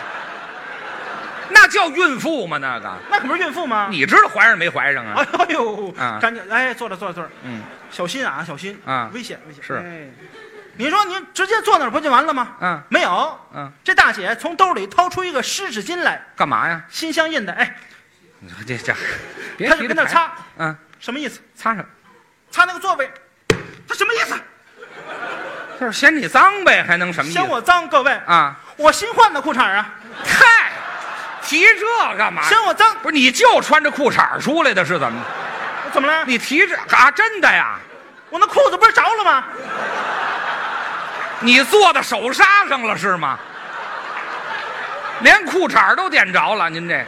S1: 那叫孕妇吗？那个，
S2: 那可不是孕妇吗？
S1: 你知道怀上没怀上啊？
S2: 哎呦，
S1: 啊
S2: 赶紧哎，坐着坐着坐着，
S1: 嗯，
S2: 小心啊，小心
S1: 啊
S2: 危险危险。
S1: 是
S2: 哎，你说您直接坐那儿不就完了吗？
S1: 啊，
S2: 没有，
S1: 嗯，
S2: 这大姐从兜里掏出一个湿纸巾来，
S1: 干嘛呀？
S2: 心相印的，哎，
S1: 你说这这，别
S2: 她
S1: 提这
S2: 就跟那儿
S1: 牌
S2: 擦，
S1: 嗯，
S2: 什么意思？
S1: 擦什么？
S2: 擦那个座位，
S1: 哎
S2: 她什么意思？
S1: 就是嫌你脏呗，还能什么意
S2: 嫌
S1: 思
S2: 我脏，各位，
S1: 啊？
S2: 我新换的裤衩啊，
S1: 嗨，提这干嘛？
S2: 嫌我脏，
S1: 不是你就穿着裤衩儿出来的是怎么着？
S2: 怎么了？
S1: 你提这啊？真的呀？
S2: 我那裤子不是着了吗？
S1: 你坐到手刹上了是吗？连裤衩儿都点着了，您这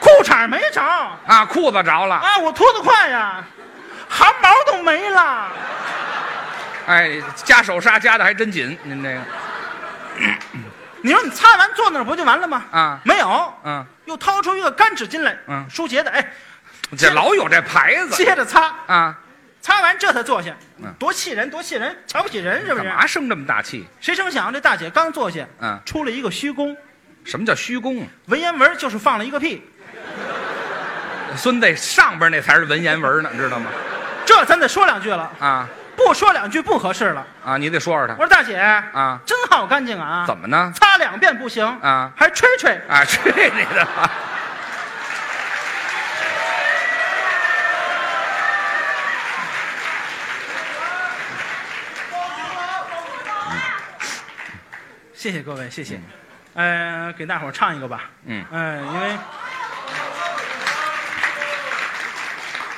S2: 裤衩没着哎啊，
S1: 啊裤子着了，
S2: 我脱得快呀，汗毛都没了。
S1: 哎，夹手刹夹的还真紧，您这个
S2: 你说你擦完坐那儿不就完了吗？
S1: 啊，
S2: 没有，
S1: 嗯，
S2: 又掏出一个干纸巾来，
S1: 嗯
S2: 舒洁的，哎，
S1: 这老有这牌子
S2: 接着擦，
S1: 啊，
S2: 擦完这才坐下
S1: 嗯，
S2: 多气人，多气人，瞧不起人是不
S1: 干
S2: 是？
S1: 嘛生这么大气？
S2: 谁成想这大姐刚坐下，
S1: 嗯，
S2: 出了一个虚躬，
S1: 什么叫虚功啊？
S2: 文言文就是放了一个屁，
S1: 孙子上边那才是文言文呢，知道吗？
S2: 这咱得说两句了，
S1: 啊
S2: 不说两句不合适了。
S1: 啊，你得说说
S2: 我说大姐，
S1: 他啊，
S2: 真好干净啊，
S1: 怎么呢？
S2: 擦两遍不行
S1: 啊
S2: 还吹吹，
S1: 啊，去你的吧！
S2: 谢谢各位，谢谢。呃，给大伙儿唱一个吧。
S1: 嗯
S2: 哎，因为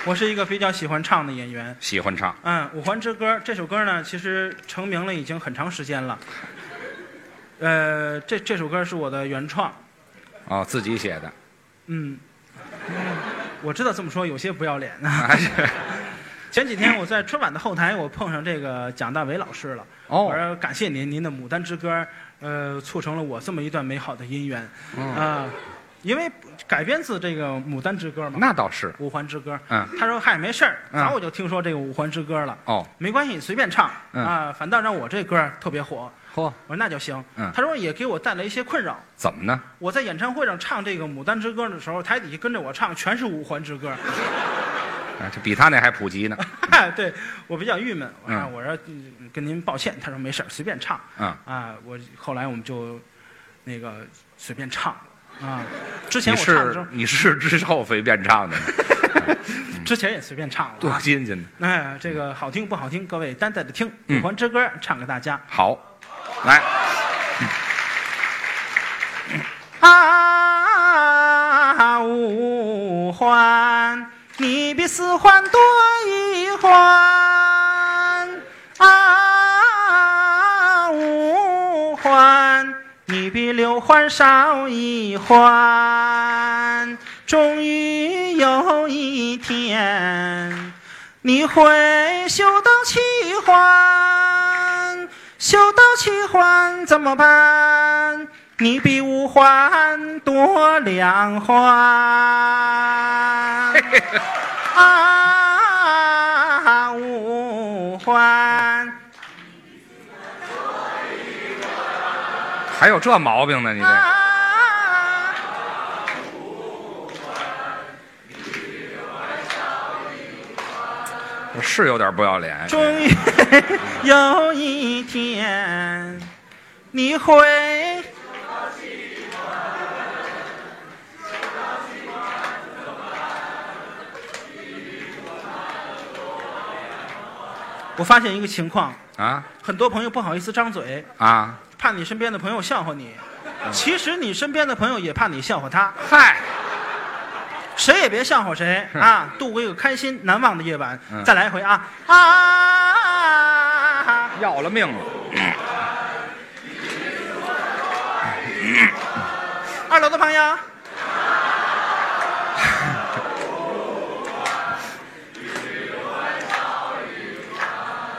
S2: 我是一个比较喜欢唱的演员。
S1: 喜欢唱，
S2: 嗯，《五环之歌》这首歌呢，其实成名了已经很长时间了。呃，这这首歌是我的原创。
S1: 哦，自己写
S2: (laughs)
S1: 的， (laughs)
S2: 嗯，我知道这么说有些不 (laughs) 要脸。
S1: 还是
S2: 前几天我在春晚的后台，我碰上这个蒋大为老师了。我
S1: 哦，
S2: 说感谢您，您的《牡丹之歌》呃，促成了我这么一段美好的姻缘啊、
S1: 嗯
S2: 因为改编自这个《牡丹之歌》嘛，
S1: 那倒是
S2: 《五环之歌》。
S1: 嗯，
S2: 他说嗨，没事儿，
S1: 嗯
S2: 早我就听说这个《五环之歌》了，
S1: 哦，
S2: 没关系，你随便唱啊、
S1: 嗯
S2: 反倒让我这歌儿特别火。
S1: 嚯，
S2: 我说那就行。
S1: 嗯
S2: 他说也给我带来一些困扰。
S1: 怎么呢？
S2: 我在演唱会上唱这个《牡丹之歌》的时候，台底下跟着我唱全是《五环之歌》 (laughs)
S1: 啊，这比他那还普及呢。
S2: 对我比较郁闷。我说、
S1: 嗯
S2: 我说嗯跟您抱歉，他说没事儿，随便唱。
S1: 嗯，
S2: 啊，我后来我们就那个随便唱了啊。之前
S1: 你
S2: 我唱的时
S1: 是
S2: 候，
S1: 你是之后随便唱的
S2: (laughs)
S1: 吗，嗯
S2: 之前也随便唱了
S1: 多
S2: 啊。
S1: 新鲜呢！
S2: 哎，这个好听不好听，各位担待着听。
S1: 嗯
S2: 五环之歌唱给大家。
S1: 好，来，
S2: 啊，五环，你比四环多一环。啊，五环，你比六环少一环。终于有一天。你会修到七环，修到七环怎么办？你比五环多两环。啊，五环，
S1: 还有这毛病呢？你这
S2: 啊，
S1: 我是有点不要脸。
S2: 终于有一天，你会。我发现一个情况，
S1: 啊
S2: 很多朋友不好意思张嘴，
S1: 啊，
S2: 怕你身边的朋友笑话你。其实你身边的朋友也怕你笑话他，
S1: 嗨，
S2: 谁也别笑话谁啊！度过一个开心难忘的夜晚，
S1: 嗯
S2: 再来一回啊啊！
S1: 要了命了！
S2: 二楼的朋友， (laughs)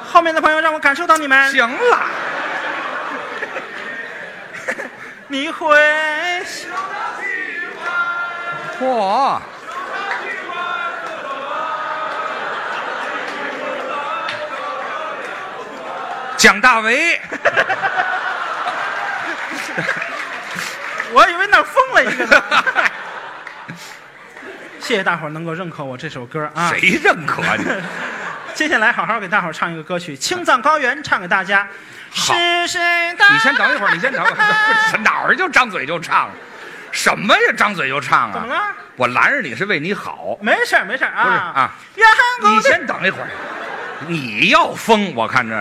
S2: 后面的朋友让我感受到你们，
S1: 行了，
S2: 你会
S1: 嚯，蒋大
S2: (laughs)
S1: 为，
S2: 我以为那儿疯了一个呢。 (laughs) 谢谢大伙儿能够认可我这首歌啊！
S1: 谁认可你？
S2: 接下来好好给大伙儿唱一个歌曲《青藏高原》，唱给大家。
S1: 好
S2: 是谁的？
S1: (laughs) 你先等一会儿，你先等一会
S2: (laughs)
S1: 儿，哪儿就张嘴就唱，什么呀？张嘴就唱啊？
S2: 怎么了？
S1: 我拦着你是为你好。
S2: 没事儿，没事儿啊。
S1: 不是啊，
S2: 远
S1: 你
S2: 古的
S1: 先等一会儿，你要疯，我看这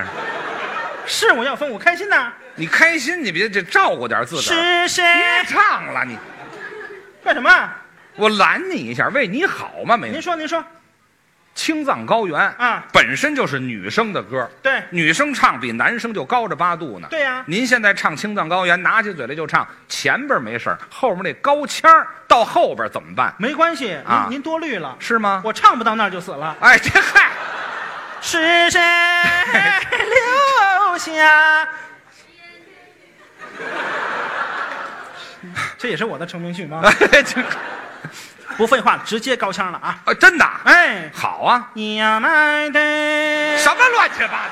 S1: 是，
S2: 是我要疯，我开心呐。
S1: 你开心，你别这照顾点自个儿，
S2: 是
S1: 别
S2: 谁？
S1: 唱了你，
S2: 干什么？啊
S1: 我拦你一下，为你好嘛，没
S2: 您说，您说
S1: 青藏高原
S2: 啊
S1: 本身就是女生的歌，
S2: 对
S1: 女生唱比男生就高着八度呢。
S2: 对啊呀
S1: 您现在唱青藏高原，拿起嘴来就唱，前边没事儿后面那高腔儿到后边怎么办？
S2: 没关系，
S1: 啊
S2: 您您多虑了，
S1: 是吗？
S2: 我唱不到那儿就死了。
S1: 哎，这嗨，
S2: 是
S1: (laughs)
S2: 谁留下？ (laughs) 这也是我的成名
S1: (laughs)
S2: 曲吗？
S1: 哎，这个
S2: 不废话，直接高腔了啊！
S1: 啊，真的啊
S2: 哎，
S1: 好啊！
S2: 你要买的
S1: 什么乱七八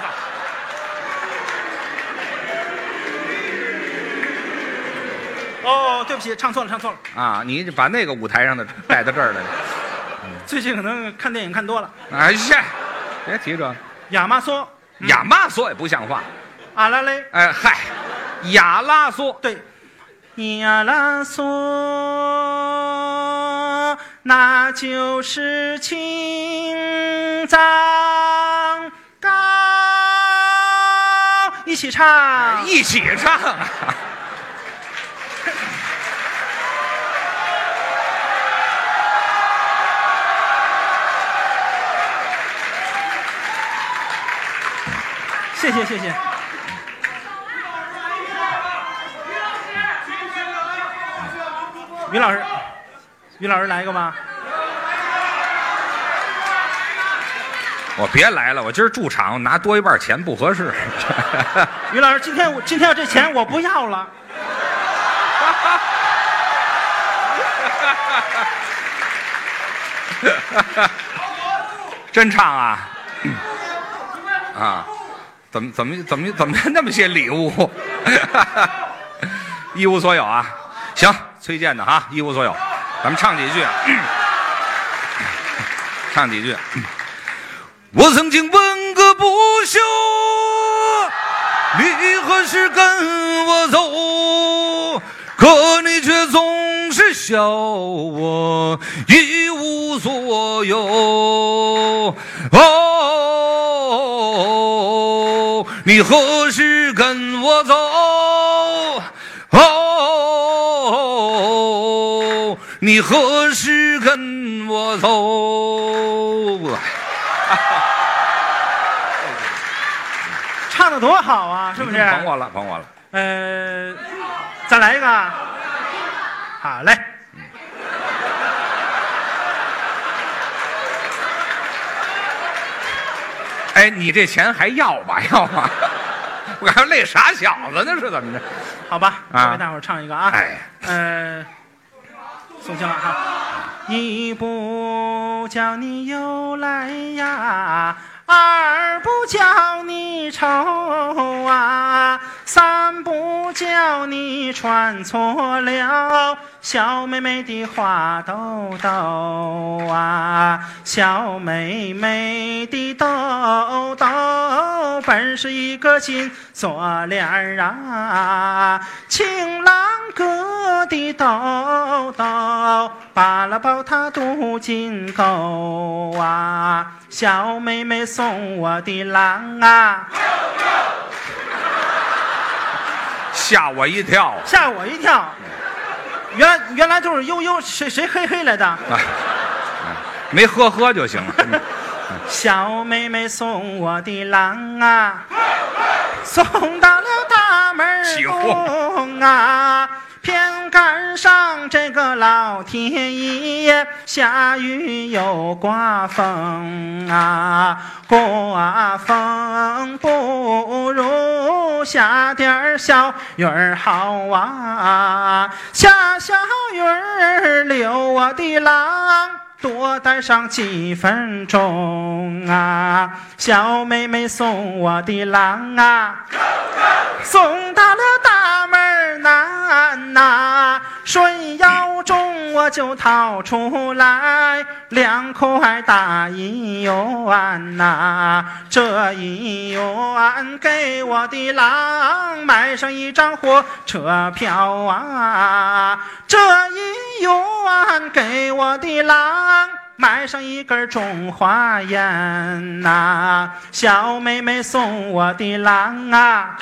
S1: 糟？
S2: 哦，对不起，唱错了，唱错了。
S1: 啊，你把那个舞台上的带到这儿来了。
S2: 最近可能看电影看多了，
S1: 哎呀，别提这个
S2: 亚麻索，
S1: 亚麻索也不像话。
S2: 阿拉蕾，
S1: 哎嗨，亚拉索
S2: 对，亚拉索，那就是青藏高，一起唱。
S1: 一起唱啊！
S2: 谢谢谢谢。于老师，于老师来一个吧。
S1: 我别来了，我今儿驻场我拿多一半钱不合 (laughs) 适。
S2: 于老师，今天我今天要这钱我不要了。
S1: 真唱啊！啊，怎么怎么怎么怎么 (laughs) 那么些礼物？ (laughs) 一无所有啊！行，崔健的哈，一无所有，咱们唱几句， (coughs) 唱几句。我曾经问个不休，你何时跟我走？可你却总是笑我一无所有。哦，你何时跟我走？哦，你何时跟我走？
S2: 唱的多好啊，是不是？
S1: 嗯捧我了，捧我了。
S2: 呃，再来一个。啊好嘞。
S1: 哎，你这钱还要吧？要吧？ (laughs) 我还累傻小子呢，是怎么着？
S2: 好吧，
S1: 啊
S2: 我给大伙儿唱一个啊。
S1: 哎，
S2: 呃，宋庆了哈。一不叫你又来呀，二不叫你愁啊，三不叫你穿错了小妹妹的花兜兜啊，小妹妹的兜兜本是一个金锁链儿啊，情郎哥的兜兜，扒拉包他镀金钩啊，小妹妹送我的郎啊，
S1: 吓我一跳！
S2: 吓我一跳，原来原来都是悠悠谁谁嘿嘿来的。
S1: 啊，没呵呵就 (laughs) 行了。嗯
S2: 小妹妹送我的郎啊，送到了大门
S1: 起
S2: 宫啊，偏赶上这个老天爷下雨又刮风啊，刮风不如下点儿小雨儿好啊，下小雨儿留我的郎。多待上几分钟啊，小妹妹送我的郎啊，送到了大门南呐、顺腰中我就掏出来两块大银元呐、啊这银元给我的郎买上一张火车票啊，这一元给我的郎。买上一根中华烟呐、小妹妹送我的郎啊，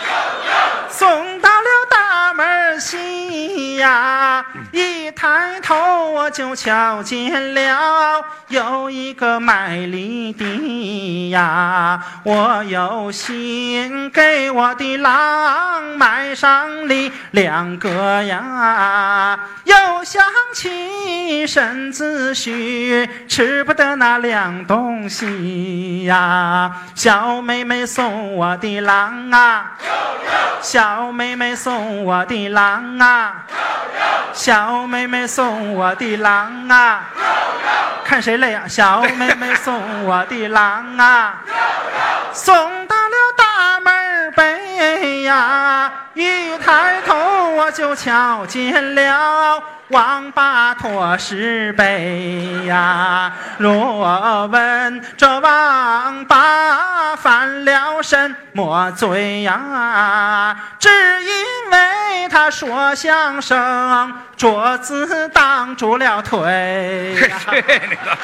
S2: 送到了大门西呀，一抬头我就瞧见了有一个卖梨的呀，我有心给我的郎买上梨两个呀，又想起身子虚，吃不得那两东西呀，小妹妹送我的郎啊。小妹妹送我的郎啊，小妹妹送我的郎啊，看谁累啊！小妹妹送我的郎啊，送到了大门北呀，一抬头我就瞧见了。王八驮石碑呀，若问这王八犯了什么罪呀？只因为他说相声，桌子挡住了腿呀。
S1: (laughs) 去你的！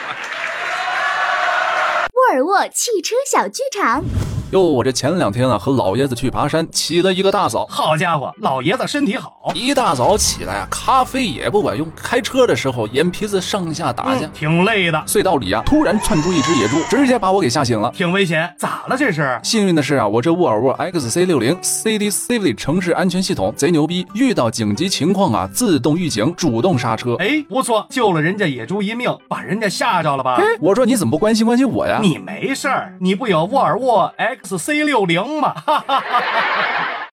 S3: 沃尔沃汽车小剧场。
S4: 哟，我这前两天啊和老爷子去爬山，起了一个大早。
S5: 好家伙，老爷子身体好，
S4: 一大早起来啊，咖啡也不管用，开车的时候眼皮子上下打架。
S5: 嗯挺累的，
S4: 隧道里啊，突然窜出一只野猪，直接把我给吓醒了。
S5: 挺危险，咋了这是？
S4: 幸运的是啊，我这沃尔沃 XC60 City Safety 城市安全系统贼牛逼，遇到紧急情况啊，自动预警，主动刹车。
S5: 哎，不错，救了人家野猪一命，把人家吓着了吧？
S4: 我说你怎么不关心关心我呀？
S5: 你没事儿，你不有沃尔沃 XC 六零吗？哈哈哈哈。